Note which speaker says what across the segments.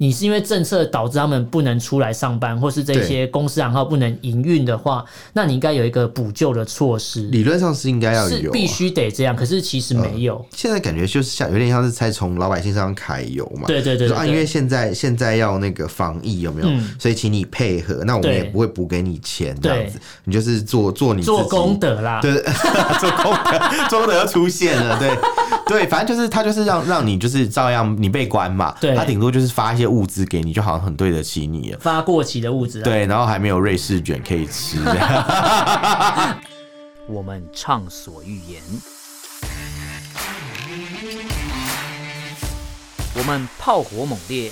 Speaker 1: 你是因为政策导致他们不能出来上班，或是这些公司行号不能营运的话，那你应该有一个补救的措施，
Speaker 2: 理论上是应该要
Speaker 1: 是
Speaker 2: 有、啊
Speaker 1: 必。须得这样。可是其实没有，
Speaker 2: 现在感觉就是像有点像是在从老百姓身上揩油嘛，
Speaker 1: 对对对对
Speaker 2: 就说啊，
Speaker 1: 对
Speaker 2: 因为现在现在要那个防疫有没有？
Speaker 1: 嗯
Speaker 2: 所以请你配合，那我们
Speaker 1: 对
Speaker 2: 也不会补给你钱这
Speaker 1: 对
Speaker 2: 样子，你就是做做你自己
Speaker 1: 做功德啦。
Speaker 2: 对，做功德， 做功德要出现了，对。 对，反正就是他就是让让你就是照样你被关嘛，
Speaker 1: 对
Speaker 2: 他顶多就是发一些物资给你，就好像很对得起你了。
Speaker 1: 发过期的物质啊，
Speaker 2: 对，然后还没有瑞士卷可以吃，这样
Speaker 3: 我们畅所欲言；我们炮火猛烈；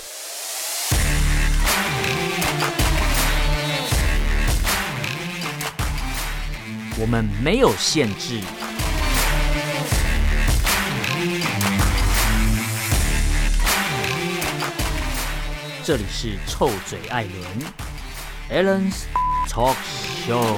Speaker 3: 我们没有限制。这里是臭嘴艾伦 a l l e n s Talk Show。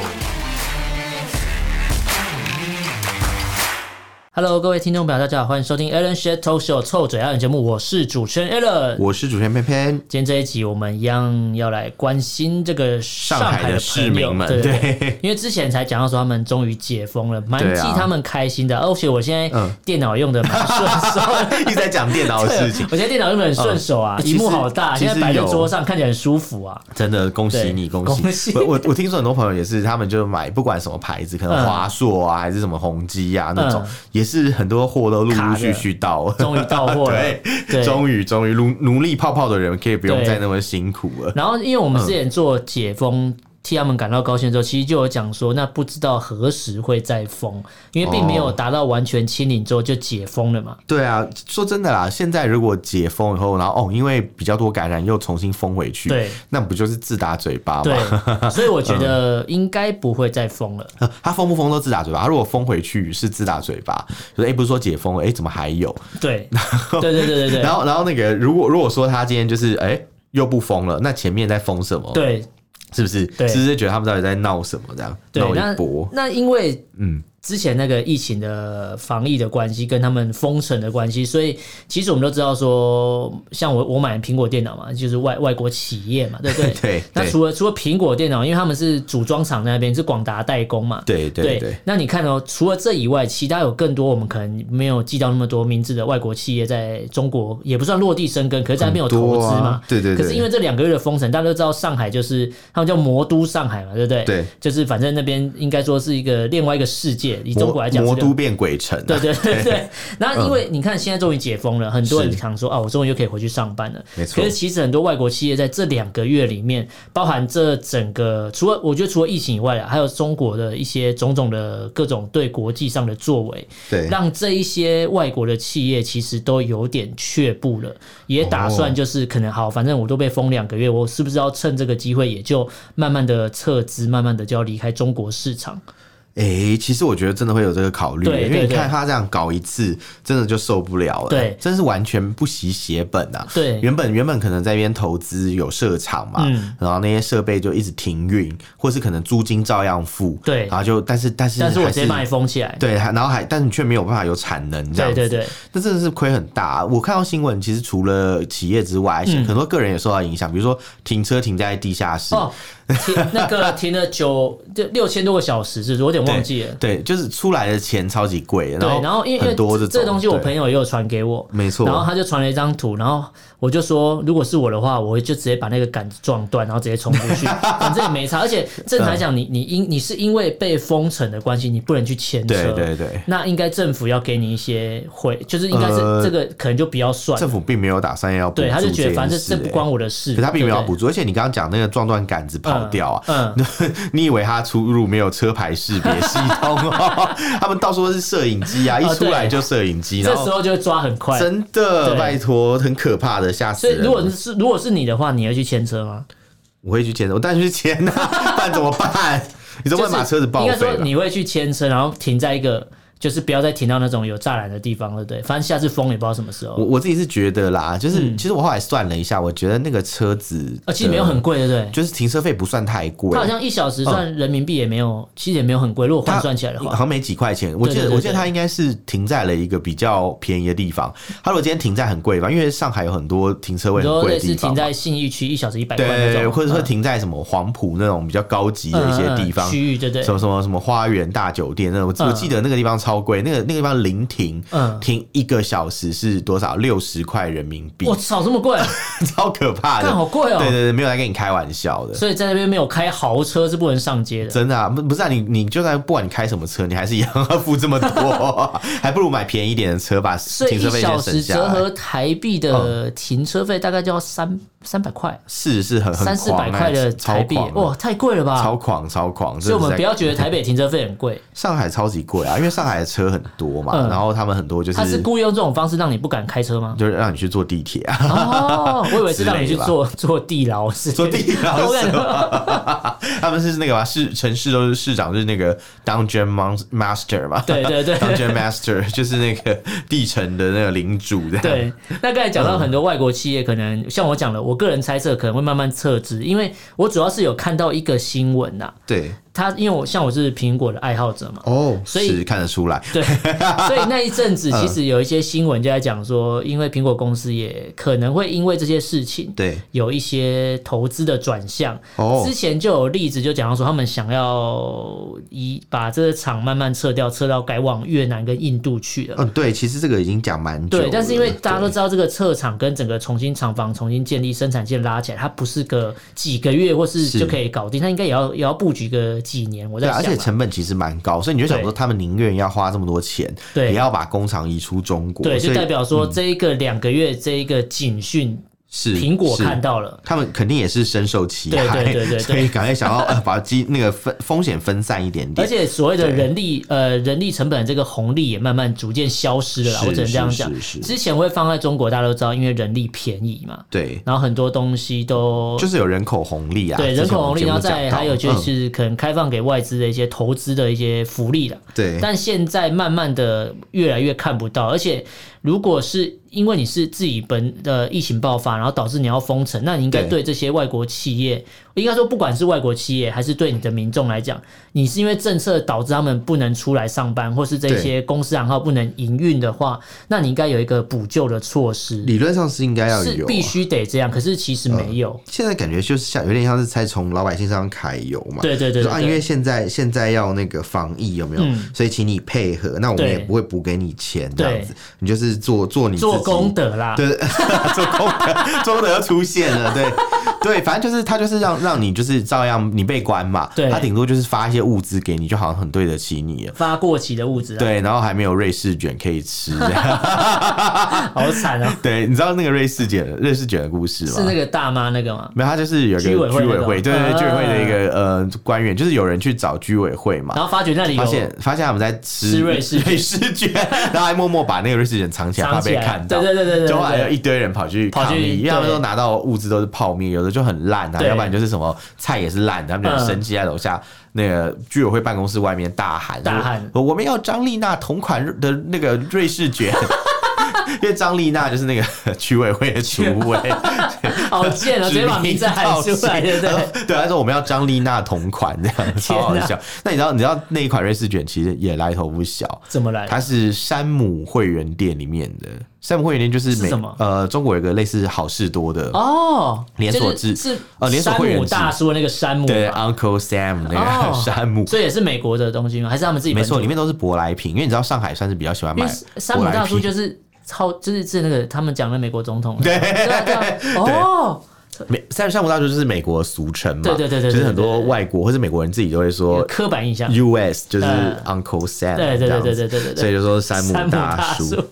Speaker 1: Hello，各位听众朋友，大家好，欢迎收听 Alan s h a t Talk Show 臭嘴爱人节目，我是主持人 Alan。
Speaker 2: 我是主持人偏偏，
Speaker 1: 今天这一集，我们一样要来关心这个上海的朋友
Speaker 2: 上海的市民们
Speaker 1: 对
Speaker 2: 对
Speaker 1: 因为之前才讲到说他们终于解封了，蛮
Speaker 2: 对
Speaker 1: 替
Speaker 2: 啊
Speaker 1: 他们开心的。哦而且我现在
Speaker 2: 嗯
Speaker 1: 电脑用的蛮顺手的。
Speaker 2: 一直在讲电脑的事情，
Speaker 1: 我现在电脑用的很顺手啊，
Speaker 2: 嗯
Speaker 1: 屏幕好大，
Speaker 2: 其
Speaker 1: 现
Speaker 2: 实
Speaker 1: 在摆在
Speaker 2: 有
Speaker 1: 桌上看起来很舒服 啊。
Speaker 2: 真的恭喜
Speaker 1: 对
Speaker 2: 你，恭喜
Speaker 1: 恭喜
Speaker 2: 我我我听说很多朋友也是，他们就买不管什么牌子，可能
Speaker 1: 嗯
Speaker 2: 华硕啊，还是什么宏基啊那种
Speaker 1: 嗯，
Speaker 2: 也是很多货都陆陆续续到，
Speaker 1: 终于到货了对
Speaker 2: 对，终于终于奴奴隶泡泡的人可以不用
Speaker 1: 对
Speaker 2: 再那么辛苦了。
Speaker 1: 然后，因为我们之前做解封。替他们感到高兴的时候，其实就有讲说，那不知道何时会再封，因为并没有达到完全清零之后就解封了嘛。
Speaker 2: 对啊，说真的啦，现在如果解封以后，然后哦，因为比较多感染，又重新封回去，
Speaker 1: 对，
Speaker 2: 那不就是自打嘴巴吗？
Speaker 1: 对，所以我觉得
Speaker 2: 嗯
Speaker 1: 应该不会再封了。
Speaker 2: 呃他封不封都自打嘴巴，他如果封回去是自打嘴巴，就是哎、不是说解封了，哎、怎么还有？
Speaker 1: 对，对对对对对
Speaker 2: 然后，然后那个，如果如果说他今天就是哎、又不封了，那前面在封什么？，
Speaker 1: 对
Speaker 2: 是不是？
Speaker 1: 对
Speaker 2: 是不是觉得他们到底在闹什么？这样
Speaker 1: 对
Speaker 2: 闹，
Speaker 1: 那
Speaker 2: 一波，
Speaker 1: 那因为
Speaker 2: 嗯，
Speaker 1: 之前那个疫情的防疫的关系，跟他们封城的关系，所以其实我们都知道说，像我我买苹果电脑嘛，就是外外国企业嘛，对不对？
Speaker 2: 对
Speaker 1: 那
Speaker 2: 对
Speaker 1: 除了除了苹果电脑，因为他们是组装厂那边是广达代工嘛，
Speaker 2: 对对对，
Speaker 1: 那你看哦，除了这以外，其他有更多我们可能没有记到那么多名字的外国企业在中国也不算落地生根，可是在那边有投资
Speaker 2: 很多
Speaker 1: 嘛
Speaker 2: 啊。对对对
Speaker 1: 可是因为这两个月的封城，大家都知道上海就是他们叫魔都上海嘛，对不对？
Speaker 2: 对。
Speaker 1: 就是反正那边应该说是一个另外一个世界，以中国来
Speaker 2: 魔
Speaker 1: 讲是
Speaker 2: 魔
Speaker 1: 个
Speaker 2: 都变鬼城、啊，
Speaker 1: 对对 对对，那因为你看现在终于解封了，很多人
Speaker 2: 嗯是
Speaker 1: 常说啊，我终于又可以回去上班了。
Speaker 2: 没错
Speaker 1: 可是其实很多外国企业在这两个月里面，包含这整个除了我觉得除了疫情以外啊，还有中国的一些种种的各种对国际上的作为，
Speaker 2: 对
Speaker 1: 让这一些外国的企业其实都有点却步了，也打算就是可能好，反正我都被封两个月，我是不是要趁这个机会也就慢慢的撤资，慢慢的就要离开中国市场？
Speaker 2: 诶，哎其实我觉得真的会有这个考虑，
Speaker 1: 对
Speaker 2: 因为
Speaker 1: 对
Speaker 2: 你
Speaker 1: 对
Speaker 2: 看他这样搞一次，真的就受不了了，
Speaker 1: 对
Speaker 2: 真是完全不惜血本啊。
Speaker 1: 对
Speaker 2: 原本原本可能在那边投资有设厂嘛，
Speaker 1: 嗯
Speaker 2: 然后那些设备就一直停运，或是可能租金照样付，
Speaker 1: 对
Speaker 2: 然后就但是但是
Speaker 1: 但是我直接把
Speaker 2: 还
Speaker 1: 你
Speaker 2: 是
Speaker 1: 封起来。
Speaker 2: 对，还然后还但是你却没有办法有产能这样
Speaker 1: 对
Speaker 2: 子，
Speaker 1: 对对。
Speaker 2: 那真的是亏很大、啊我看到新闻，其实除了企业之外，
Speaker 1: 嗯
Speaker 2: 很多个人也受到影响，比如说停车停在地下室，
Speaker 1: 哦，停那个停了九就六千多个小时，是不是？我有点忘记了。
Speaker 2: 对，就是出来的钱超级贵，
Speaker 1: 对，然后因为因为
Speaker 2: 很多
Speaker 1: 这
Speaker 2: 这
Speaker 1: 这个
Speaker 2: 种
Speaker 1: 东西，我
Speaker 2: 对
Speaker 1: 朋友也有传给我，
Speaker 2: 没错
Speaker 1: 然后他就传了一张图，然后我就说，如果是我的话，我就直接把那个杆子撞断，然后直接冲出 去，反正也没差。而且正常来
Speaker 2: 嗯
Speaker 1: 讲，你你因你是因为被封城的关系，你不能去牵
Speaker 2: 对
Speaker 1: 车，
Speaker 2: 对对
Speaker 1: 那应该政府要给你一些回，就是应该是
Speaker 2: 呃
Speaker 1: 这个可能就不要算。
Speaker 2: 政府并没有打算要补助
Speaker 1: 对，他就觉得
Speaker 2: 件
Speaker 1: 反正
Speaker 2: 事
Speaker 1: 这不
Speaker 2: 欸
Speaker 1: 关我的事，
Speaker 2: 可他并没有要
Speaker 1: 对不
Speaker 2: 补助，而且你刚刚讲那个撞断杆子
Speaker 1: 对
Speaker 2: 跑掉啊，
Speaker 1: 嗯，嗯
Speaker 2: 你以为他出入没有车牌识别系统哦？ 他们到处都是摄影机啊，一
Speaker 1: 哦
Speaker 2: 出来
Speaker 1: 对
Speaker 2: 就摄影机，
Speaker 1: 这
Speaker 2: 然
Speaker 1: 时
Speaker 2: 后
Speaker 1: 候就会抓很快，
Speaker 2: 真的
Speaker 1: 哎对
Speaker 2: 拜托，很可怕的，吓死
Speaker 1: 所以
Speaker 2: 人了。
Speaker 1: 如果是如果是你的话，你会去牵车吗？
Speaker 2: 我会去签，我当然去签 啊，不然怎么办？你总不能把车子报
Speaker 1: 应该
Speaker 2: 废
Speaker 1: 说
Speaker 2: 吧？
Speaker 1: 你会去牵车，然后停在一个就是不要再停到那种有栅栏的地方了，对。反正下次封也不知道什么时
Speaker 2: 我
Speaker 1: 候。
Speaker 2: 我自己是觉得啦，就是、
Speaker 1: 嗯
Speaker 2: 其实我后来算了一下，我觉得那个车子
Speaker 1: 啊，其实没有
Speaker 2: 的
Speaker 1: 很，贵，对不对？
Speaker 2: 呃就是停车费不算太贵，
Speaker 1: 它好像一小时算人民币也没有，其实也没有很贵，如果换
Speaker 2: 它
Speaker 1: 算起来的
Speaker 2: 好
Speaker 1: 话，
Speaker 2: 像没几块钱。我记
Speaker 1: 对对
Speaker 2: 得
Speaker 1: 对
Speaker 2: 我记得
Speaker 1: 对
Speaker 2: 它应该是停在了一个比较便宜的地方。它如果今天停在很贵吧，因为上海有很多停车
Speaker 1: 你
Speaker 2: 位很
Speaker 1: 说
Speaker 2: 贵
Speaker 1: 类
Speaker 2: 的
Speaker 1: 似
Speaker 2: 地
Speaker 1: 停
Speaker 2: 方嘛。
Speaker 1: 在信义区一小时一百块那
Speaker 2: 对，
Speaker 1: 种，
Speaker 2: 或者说
Speaker 1: 嗯
Speaker 2: 停在什么黄埔那种比较高级的一些地
Speaker 1: 嗯嗯
Speaker 2: 方
Speaker 1: 嗯，区域，对对
Speaker 2: 什，么什么什么花园大酒店那种，我我
Speaker 1: 嗯
Speaker 2: 记得那个地方超贵，那个那个地方临停，
Speaker 1: 嗯
Speaker 2: 停一个小时是多少？六十块人民币
Speaker 1: 我，操，这么 贵，啊
Speaker 2: 超可怕的
Speaker 1: 干，好贵哦
Speaker 2: 对对对，没有在跟你开玩笑的。
Speaker 1: 所以在那边没有开豪车是不能上街的。
Speaker 2: 真的啊，不不是啊，你你就算不管你开什么车，你还是一样要付这么 多，还不如买便宜一点的车，把
Speaker 1: 所以
Speaker 2: 停
Speaker 1: 一
Speaker 2: 车费
Speaker 1: 小
Speaker 2: 先
Speaker 1: 时
Speaker 2: 省下
Speaker 1: 折
Speaker 2: 来。
Speaker 1: 合台币的停车费大概就要三三百块，
Speaker 2: 是是很很
Speaker 1: 三四百
Speaker 2: 狂啊
Speaker 1: 块的
Speaker 2: 超
Speaker 1: 台币，
Speaker 2: 狂啊
Speaker 1: 哇，太贵了
Speaker 2: 超
Speaker 1: 吧！
Speaker 2: 狂超狂，
Speaker 1: 所以我们不
Speaker 2: 真的是在
Speaker 1: 要 觉得台北停车费很贵，
Speaker 2: 上海超级贵啊，因为上海的车很多嘛，
Speaker 1: 嗯
Speaker 2: 然后他们很多就
Speaker 1: 他是
Speaker 2: 是
Speaker 1: 故意用这种方式让你不敢开车 吗？
Speaker 2: 就是让你去坐地铁啊，
Speaker 1: 哦，我以为是让你去
Speaker 2: 之类的吧
Speaker 1: 坐坐地牢是
Speaker 2: 坐地 牢
Speaker 1: 我感
Speaker 2: 是
Speaker 1: 觉
Speaker 2: 吧 他们是那个吧，市城市都是市长是那个 Dungeon Mon- Master 嘛，
Speaker 1: 对对对
Speaker 2: ，Dungeon Master 就是那个地城的那个领主的，
Speaker 1: 对，那刚才讲
Speaker 2: 嗯
Speaker 1: 到很多外国企业，可能像我讲的，我个人猜测可能会慢慢撤资，因为我主要是有看到一个新闻呐、
Speaker 2: 对
Speaker 1: 他因为我像我是苹果的爱好者嘛，
Speaker 2: 哦，
Speaker 1: 所以
Speaker 2: 是看得出来，
Speaker 1: 对，所以那一阵子
Speaker 2: 嗯
Speaker 1: 其实有一些新闻就在讲说，因为苹果公司也可能会因为这些事情。
Speaker 2: 对
Speaker 1: 有一些投资的转向，
Speaker 2: 哦
Speaker 1: 之前就有例子就讲到说，他们想要以把这个厂慢慢撤掉，撤到改往越南跟印度去了。
Speaker 2: 嗯，对，其实这个已经讲蛮久了。
Speaker 1: 对，但是因为大家都
Speaker 2: 对
Speaker 1: 知道，这个撤厂跟整个重新厂房重新建立生产线拉起来，它不是个几个月或是
Speaker 2: 是
Speaker 1: 就可以搞定，它应该也要也要布局个几年。我在
Speaker 2: 对，
Speaker 1: 想啊，
Speaker 2: 而且成本其实蛮高，所以你就想说，
Speaker 1: 对
Speaker 2: 他们宁愿要花这么多钱，
Speaker 1: 对
Speaker 2: 也要把工厂移出中国，
Speaker 1: 啊对，就
Speaker 2: 所以
Speaker 1: 代表说这一个两个月这一个警讯，
Speaker 2: 是
Speaker 1: 苹果看。
Speaker 2: 是
Speaker 1: 到了。
Speaker 2: 他们肯定也是深受其
Speaker 1: 对对
Speaker 2: 害，
Speaker 1: 对对对
Speaker 2: 所以赶快想要呃把机那个分风险分散一点点。
Speaker 1: 而且所谓的
Speaker 2: 对
Speaker 1: 人力呃人力成本这个红利也慢慢逐渐消失了啦，
Speaker 2: 是
Speaker 1: 我只能这样
Speaker 2: 是
Speaker 1: 讲
Speaker 2: 是。是
Speaker 1: 之前会放在中国，大家都知道，因为人力便宜嘛，
Speaker 2: 对，
Speaker 1: 然后很多东西都
Speaker 2: 就是有人口红利啊，
Speaker 1: 对
Speaker 2: 之
Speaker 1: 人
Speaker 2: 前
Speaker 1: 口
Speaker 2: 我
Speaker 1: 红
Speaker 2: 们
Speaker 1: 利，
Speaker 2: 节目
Speaker 1: 然后再
Speaker 2: 讲到
Speaker 1: 还有就
Speaker 2: 嗯
Speaker 1: 是可能开放给外资的一些投资的一些福利了。
Speaker 2: 对，
Speaker 1: 但现在慢慢的越来越看不到，而且如果是因为你是自己本的疫情爆发，然后导致你要封城，那你应该
Speaker 2: 对
Speaker 1: 对这些外国企业，应该说不管是外国企业还是对你的民众来讲，你是因为政策导致他们不能出来上班，或是这
Speaker 2: 对
Speaker 1: 些公司行号不能营运的话，那你应该有一个补救的措施，
Speaker 2: 理论上是应该要
Speaker 1: 是
Speaker 2: 有啊，嗯
Speaker 1: 必须得这样。可是其实没有，
Speaker 2: 现在感觉就是像有点像是在从老百姓身上揩油嘛。
Speaker 1: 对对对对
Speaker 2: 就说啊，
Speaker 1: 对
Speaker 2: 因为现在现在要那个防疫有没有？
Speaker 1: 嗯
Speaker 2: 所以请你配合，那我们
Speaker 1: 对
Speaker 2: 也不会补给你钱这
Speaker 1: 对
Speaker 2: 样子，你就是做做你自己
Speaker 1: 做功。德啦。
Speaker 2: 对， 做功德，做功德要出现了， 对，对，反正就是他就是让让你就是照样你被关嘛，
Speaker 1: 对
Speaker 2: 他顶多就是发一些物资给你，就好像很对得起你了，
Speaker 1: 发过期的物质啊，
Speaker 2: 对，然后还没有瑞士卷可以吃，这样
Speaker 1: 好惨啊！
Speaker 2: 对，你知道那个瑞士卷瑞士卷的故事吗？
Speaker 1: 是那个大妈那个吗？
Speaker 2: 没有，他就是有一个
Speaker 1: 居委会
Speaker 2: 居委
Speaker 1: 那
Speaker 2: 会，
Speaker 1: 种
Speaker 2: 对对
Speaker 1: 啊
Speaker 2: 对，居委会的一个呃官员，就是有人去找居委会嘛
Speaker 1: 然，后发觉那里有
Speaker 2: 发现发现他们在吃
Speaker 1: 吃瑞士卷
Speaker 2: 瑞士卷，然后还默默把那个瑞士卷藏起来，怕
Speaker 1: 藏起
Speaker 2: 被
Speaker 1: 来
Speaker 2: 看到。
Speaker 1: 对对对对对对
Speaker 2: 就后哎来有一堆人跑去
Speaker 1: 跑去
Speaker 2: 抗议因为他们
Speaker 1: 对
Speaker 2: 都拿到物资都是泡面，有的就很烂啊，
Speaker 1: 对嗯
Speaker 2: 要不然就是什么菜也是烂的，他们就很生气，在楼下那个居委会办公室外面大喊，
Speaker 1: 大喊
Speaker 2: 说我们要张丽娜同款的那个瑞 士卷。因为张丽娜就是那个居委会的主 委，
Speaker 1: 好贱 啊！直接把名字喊出来，对不对？
Speaker 2: 对？对，他说我们要张丽娜同款这样，超好笑。那你知道，你知道那一款瑞士卷其实也来头不小，
Speaker 1: 怎么来？
Speaker 2: 它是山姆会员店里面的。山姆会员店就是
Speaker 1: 是
Speaker 2: 美
Speaker 1: 什么
Speaker 2: 呃，中国有一个类似好事多的，
Speaker 1: 哦，
Speaker 2: 连锁制
Speaker 1: 就是是
Speaker 2: 呃连锁
Speaker 1: 山
Speaker 2: 会员
Speaker 1: 姆
Speaker 2: 制
Speaker 1: 大叔的那个山姆
Speaker 2: 对啊
Speaker 1: 嘛，
Speaker 2: Uncle Sam 那个、
Speaker 1: 哦
Speaker 2: 山姆。
Speaker 1: 所以也是美国的东西吗？还是他们自己
Speaker 2: 没
Speaker 1: 本土
Speaker 2: 错，里面都是舶来品，因为你知道上海算是比较喜欢
Speaker 1: 因
Speaker 2: 买
Speaker 1: 为山姆
Speaker 2: 舶来
Speaker 1: 大叔
Speaker 2: 品
Speaker 1: 就是超就是是那个他们讲的美国总统，对啊对啊哦，
Speaker 2: 美山山姆大叔就是美国俗称嘛，
Speaker 1: 对对对对对
Speaker 2: 就是很
Speaker 1: 对
Speaker 2: 多
Speaker 1: 对对
Speaker 2: 外国或是美国人自己都会
Speaker 1: 有
Speaker 2: 说
Speaker 1: 刻板印象，
Speaker 2: U.S. 就是
Speaker 1: 嗯
Speaker 2: Uncle Sam，
Speaker 1: 对对对
Speaker 2: 这样
Speaker 1: 对对
Speaker 2: 子
Speaker 1: 对对对
Speaker 2: 所以就说山姆
Speaker 1: 山姆
Speaker 2: 大
Speaker 1: 大
Speaker 2: 叔。，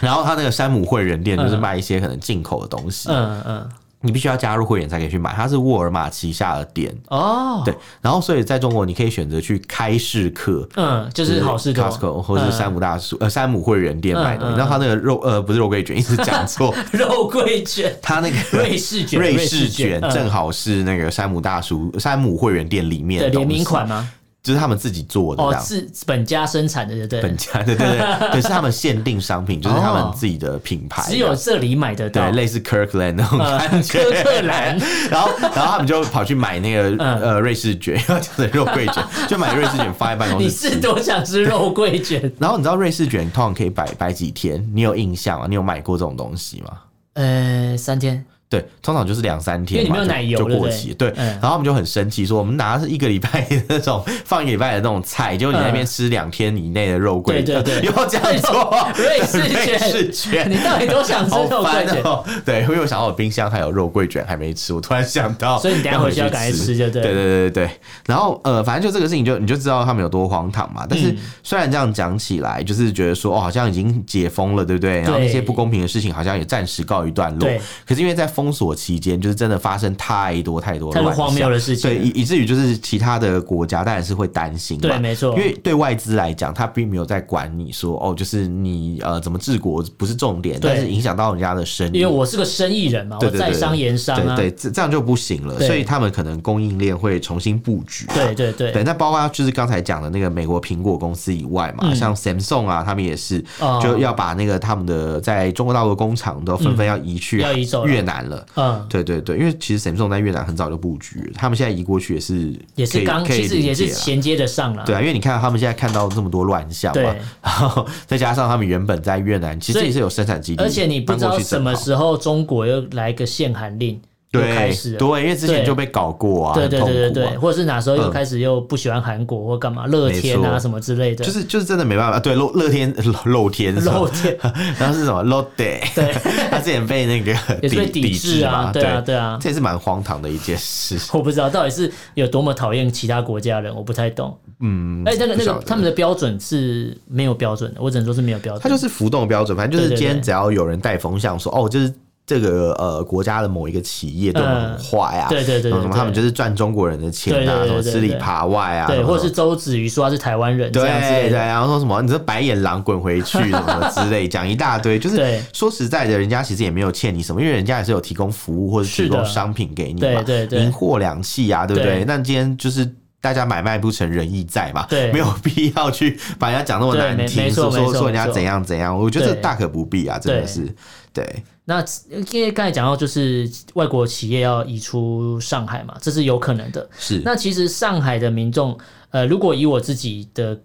Speaker 2: 然后他那个山姆会员店就是卖一些可能进口的东西，
Speaker 1: 嗯嗯，
Speaker 2: 你必须要加入会员才可以去买。它是沃尔玛旗下的店，
Speaker 1: 哦，
Speaker 2: 对。然后所以在中国你可以选择去开市客。
Speaker 1: 嗯，就是好事多
Speaker 2: Costco 或是山姆大叔、呃山姆会员店买
Speaker 1: 嗯
Speaker 2: 东西，
Speaker 1: 嗯
Speaker 2: 然后他那个肉呃不是肉桂卷，一直 讲错，
Speaker 1: 肉桂卷，
Speaker 2: 他那个
Speaker 1: 瑞士卷
Speaker 2: 瑞
Speaker 1: 瑞士
Speaker 2: 士卷
Speaker 1: 卷嗯
Speaker 2: 正好是那个山姆大叔山姆会员店里面
Speaker 1: 对
Speaker 2: 的
Speaker 1: 联名
Speaker 2: 东西
Speaker 1: 款吗？
Speaker 2: 就是他们自己做的这
Speaker 1: 哦，
Speaker 2: 样。
Speaker 1: 自本家生产的，对不对？
Speaker 2: 本家 对对 对，对是他们限定商品，就是他
Speaker 1: 哦
Speaker 2: 们自己的品牌这
Speaker 1: 只
Speaker 2: 样，
Speaker 1: 有哦这里买得到
Speaker 2: 对，类似 Kirkland 那种
Speaker 1: 呃
Speaker 2: 感觉。
Speaker 1: 柯克兰
Speaker 2: 然后，然后他们就跑去买那个
Speaker 1: 嗯
Speaker 2: 呃瑞士卷， 要讲的肉桂卷，就买瑞士卷放在办公
Speaker 1: 你
Speaker 2: 室
Speaker 1: 是
Speaker 2: 吃。
Speaker 1: 多想吃肉桂卷？
Speaker 2: 然后你知道瑞士卷通常可以摆摆几天？你有印象吗？你有买过这种东西吗？
Speaker 1: 呃，三天，
Speaker 2: 对，通常就是两三天嘛，
Speaker 1: 因为里面有奶油
Speaker 2: 就
Speaker 1: 对
Speaker 2: 就
Speaker 1: 不
Speaker 2: 过
Speaker 1: 对
Speaker 2: 期。对，
Speaker 1: 嗯
Speaker 2: 然后他们就很生气，说我们拿的是一个礼拜的那种 放一个礼拜的那种菜，结果你在那边吃两天以内的肉桂，
Speaker 1: 对对对
Speaker 2: 呃 又这样 做
Speaker 1: 瑞士卷
Speaker 2: 瑞士卷
Speaker 1: 你到底多想吃
Speaker 2: 好
Speaker 1: 肉桂
Speaker 2: 烦
Speaker 1: 卷？
Speaker 2: 哦！对，因为我想到我冰箱还有肉桂卷还没吃，我突然想到，
Speaker 1: 所以你等一下回去要赶快吃
Speaker 2: 吃，
Speaker 1: 就对
Speaker 2: 对
Speaker 1: 了
Speaker 2: 对对对对。然后呃，反正就这个事情就你就知道他们有多荒唐嘛。但
Speaker 1: 嗯
Speaker 2: 是虽然这样讲起来，就是觉得说哦，好像已经解封了，对不对？然后那些
Speaker 1: 对
Speaker 2: 不公平的事情好像也暂时告一段落
Speaker 1: 对。
Speaker 2: 可是因为在封锁期间，就是真的发生太多太多
Speaker 1: 太多
Speaker 2: 乱象
Speaker 1: 荒谬的事情
Speaker 2: 对，以以至于就是其他的国家当然是会担心嘛，
Speaker 1: 对没错
Speaker 2: 因为对外资来讲，他并没有在管你说哦，就是你呃怎么治国不是重点，
Speaker 1: 对
Speaker 2: 但是影响到人家的生意，
Speaker 1: 因为我是个生意人嘛，我
Speaker 2: 对对
Speaker 1: 在
Speaker 2: 对
Speaker 1: 商言商啊，
Speaker 2: 对对，这这样就不行了，
Speaker 1: 对
Speaker 2: 所以他们可能供应链会重新布局啊、
Speaker 1: 对对对
Speaker 2: 对，那包括就是刚才讲的那个美国苹果公司以外嘛，
Speaker 1: 嗯
Speaker 2: 像 Samsung 啊，他们也是、
Speaker 1: 哦
Speaker 2: 就要把那个他们的在中国大陆的工厂都纷纷要移去、
Speaker 1: 嗯要移走了
Speaker 2: 越南了。
Speaker 1: 嗯。
Speaker 2: 对对对，因为其实 Samsung 在越南很早就布局了，他们现在移过去也是
Speaker 1: 也
Speaker 2: 可
Speaker 1: 是
Speaker 2: 以
Speaker 1: 刚，
Speaker 2: 可以
Speaker 1: 其实也
Speaker 2: 理解
Speaker 1: 是
Speaker 2: 啦
Speaker 1: 衔接的上了，
Speaker 2: 对啊，因为你看他们现在看到这么多乱象嘛
Speaker 1: 对，
Speaker 2: 然后再加上他们原本在越南其
Speaker 1: 所
Speaker 2: 实
Speaker 1: 以
Speaker 2: 也是有生产基地，
Speaker 1: 而且你不知道
Speaker 2: 搬过去
Speaker 1: 什么
Speaker 2: 正好
Speaker 1: 时候中国又来个限韩令，又开始
Speaker 2: 对
Speaker 1: 了。
Speaker 2: 对，因为之前
Speaker 1: 对
Speaker 2: 就被搞过啊，
Speaker 1: 对
Speaker 2: 很
Speaker 1: 对
Speaker 2: 痛
Speaker 1: 对对
Speaker 2: 苦啊
Speaker 1: 对，或者是哪时候又
Speaker 2: 嗯
Speaker 1: 开始又不喜欢韩国或干嘛乐天
Speaker 2: 没
Speaker 1: 啊
Speaker 2: 错
Speaker 1: 什么之类的，
Speaker 2: 就是就是真的没办法，对露乐天露露天是什么
Speaker 1: 露天，
Speaker 2: 然后是什么 Lotte，
Speaker 1: 对，
Speaker 2: 他之前被那个
Speaker 1: 也是被抵制啊
Speaker 2: 嘛
Speaker 1: 对啊对啊
Speaker 2: 这也是蛮荒唐的一件事。
Speaker 1: 我不知道到底是有多么讨厌其他国家人，我不太懂。
Speaker 2: 嗯，
Speaker 1: 哎，那个
Speaker 2: 不
Speaker 1: 那
Speaker 2: 晓
Speaker 1: 个
Speaker 2: 得
Speaker 1: 他们的标准是没有标准的，我只能说是没有标
Speaker 2: 它
Speaker 1: 准。
Speaker 2: 就是浮动的标准，反正就是
Speaker 1: 对对对
Speaker 2: 今天只要有人带风向说，哦，就是这个呃国家的某一个企业对我们很坏啊，
Speaker 1: 嗯对对对对
Speaker 2: 然后什么他们
Speaker 1: 对
Speaker 2: 就是赚中国人的钱啊，
Speaker 1: 对对对
Speaker 2: 什么
Speaker 1: 对
Speaker 2: 吃里
Speaker 1: 对
Speaker 2: 扒外啊，
Speaker 1: 对，
Speaker 2: 什么
Speaker 1: 或者
Speaker 2: 什么
Speaker 1: 是周子瑜说他是台湾人这
Speaker 2: 对
Speaker 1: 样之类
Speaker 2: 对，
Speaker 1: 的，
Speaker 2: 然后说什么你这白眼狼滚回去什么 之类，讲一大堆。就是
Speaker 1: 对
Speaker 2: 说实在的，人家其实也没有欠你什么，因为人家也是有提供服务或者
Speaker 1: 是
Speaker 2: 提供
Speaker 1: 的
Speaker 2: 商品给你
Speaker 1: 对
Speaker 2: 嘛，
Speaker 1: 对对
Speaker 2: 银货两讫啊，对不对
Speaker 1: 对？
Speaker 2: 那今天就是。大家买卖不成仁义在嘛，
Speaker 1: 对
Speaker 2: 没有必要去把人家讲那么
Speaker 1: 对
Speaker 2: 难
Speaker 1: 没
Speaker 2: 听，
Speaker 1: 没错
Speaker 2: 说
Speaker 1: 没
Speaker 2: 说
Speaker 1: 错
Speaker 2: 说人家
Speaker 1: 没错
Speaker 2: 怎样怎样，我觉得这
Speaker 1: 对
Speaker 2: 大可不必啊，真的
Speaker 1: 对
Speaker 2: 是，对
Speaker 1: 那因为刚才讲到，就是外国企业要移出上海嘛，这是有可能的。
Speaker 2: 是，
Speaker 1: 那其实上海的民众，呃，如果以我自己的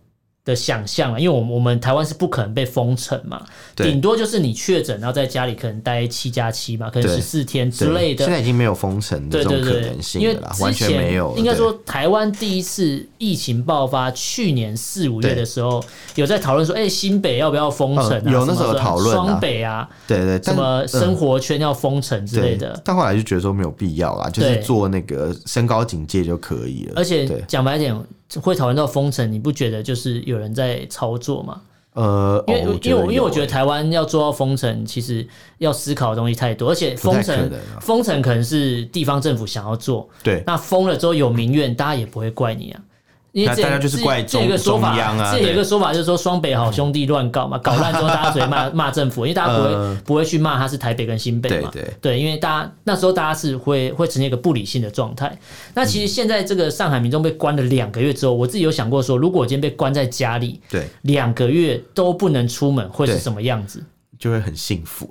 Speaker 1: 的想象啊，因为我们我们台湾是不可能被封城嘛，
Speaker 2: 对
Speaker 1: 顶多就是你确诊，然后在家里可能待七加七嘛，可能
Speaker 2: 对
Speaker 1: 十四天
Speaker 2: 对
Speaker 1: 之类的
Speaker 2: 现。在已经没有封城的
Speaker 1: 对
Speaker 2: 这种
Speaker 1: 对
Speaker 2: 可
Speaker 1: 对
Speaker 2: 能，性
Speaker 1: 因为
Speaker 2: 了啦，完
Speaker 1: 之
Speaker 2: 全没
Speaker 1: 前
Speaker 2: 有了，
Speaker 1: 应该
Speaker 2: 对
Speaker 1: 说台湾第一次疫情爆发，去年四五月
Speaker 2: 对
Speaker 1: 的时候有在讨论说，哎，新北要不要封城啊？
Speaker 2: 嗯有那时候有
Speaker 1: 什么
Speaker 2: 讨论啊
Speaker 1: 双北啊，
Speaker 2: 对对，
Speaker 1: 什
Speaker 2: 但
Speaker 1: 么
Speaker 2: 嗯
Speaker 1: 生活圈要封城之类
Speaker 2: 对，
Speaker 1: 的。
Speaker 2: 但后来就觉得说没有必要啦，就是
Speaker 1: 对
Speaker 2: 做那个升高警戒就可以了。
Speaker 1: 而且
Speaker 2: 对，
Speaker 1: 讲白点，会讨论到封城，你不觉得就是有人在操作吗？
Speaker 2: 呃，
Speaker 1: 因为、
Speaker 2: 哦我觉
Speaker 1: 因为我因为我
Speaker 2: 有
Speaker 1: 觉得台湾要做到封城，其实要思考的东西太多，而且封
Speaker 2: 不太
Speaker 1: 城
Speaker 2: 可能啊
Speaker 1: 封城可能是地方政府想要做，
Speaker 2: 对
Speaker 1: 那封了之后有民怨，大家也不会怪你啊。因为
Speaker 2: 那
Speaker 1: 这
Speaker 2: 大家就是怪
Speaker 1: 这这有一个
Speaker 2: 中
Speaker 1: 说法
Speaker 2: 中央啊
Speaker 1: 这有一
Speaker 2: 对
Speaker 1: 个说法就是说双北好兄弟乱搞嘛，搞烂之后大家只会 骂骂政府，因为大家不会
Speaker 2: 嗯
Speaker 1: 不会去骂他是台北跟新北嘛，
Speaker 2: 对对
Speaker 1: 因为大家那时候大家是会会呈现一个不理性的状态。那其实
Speaker 2: 嗯
Speaker 1: 现在这个上海民众被关了两个月之后，我自己有想过说，如果我今天被关在家里
Speaker 2: 对，
Speaker 1: 两个月都不能出门，会是
Speaker 2: 对
Speaker 1: 什么样子？
Speaker 2: 就会很幸 福。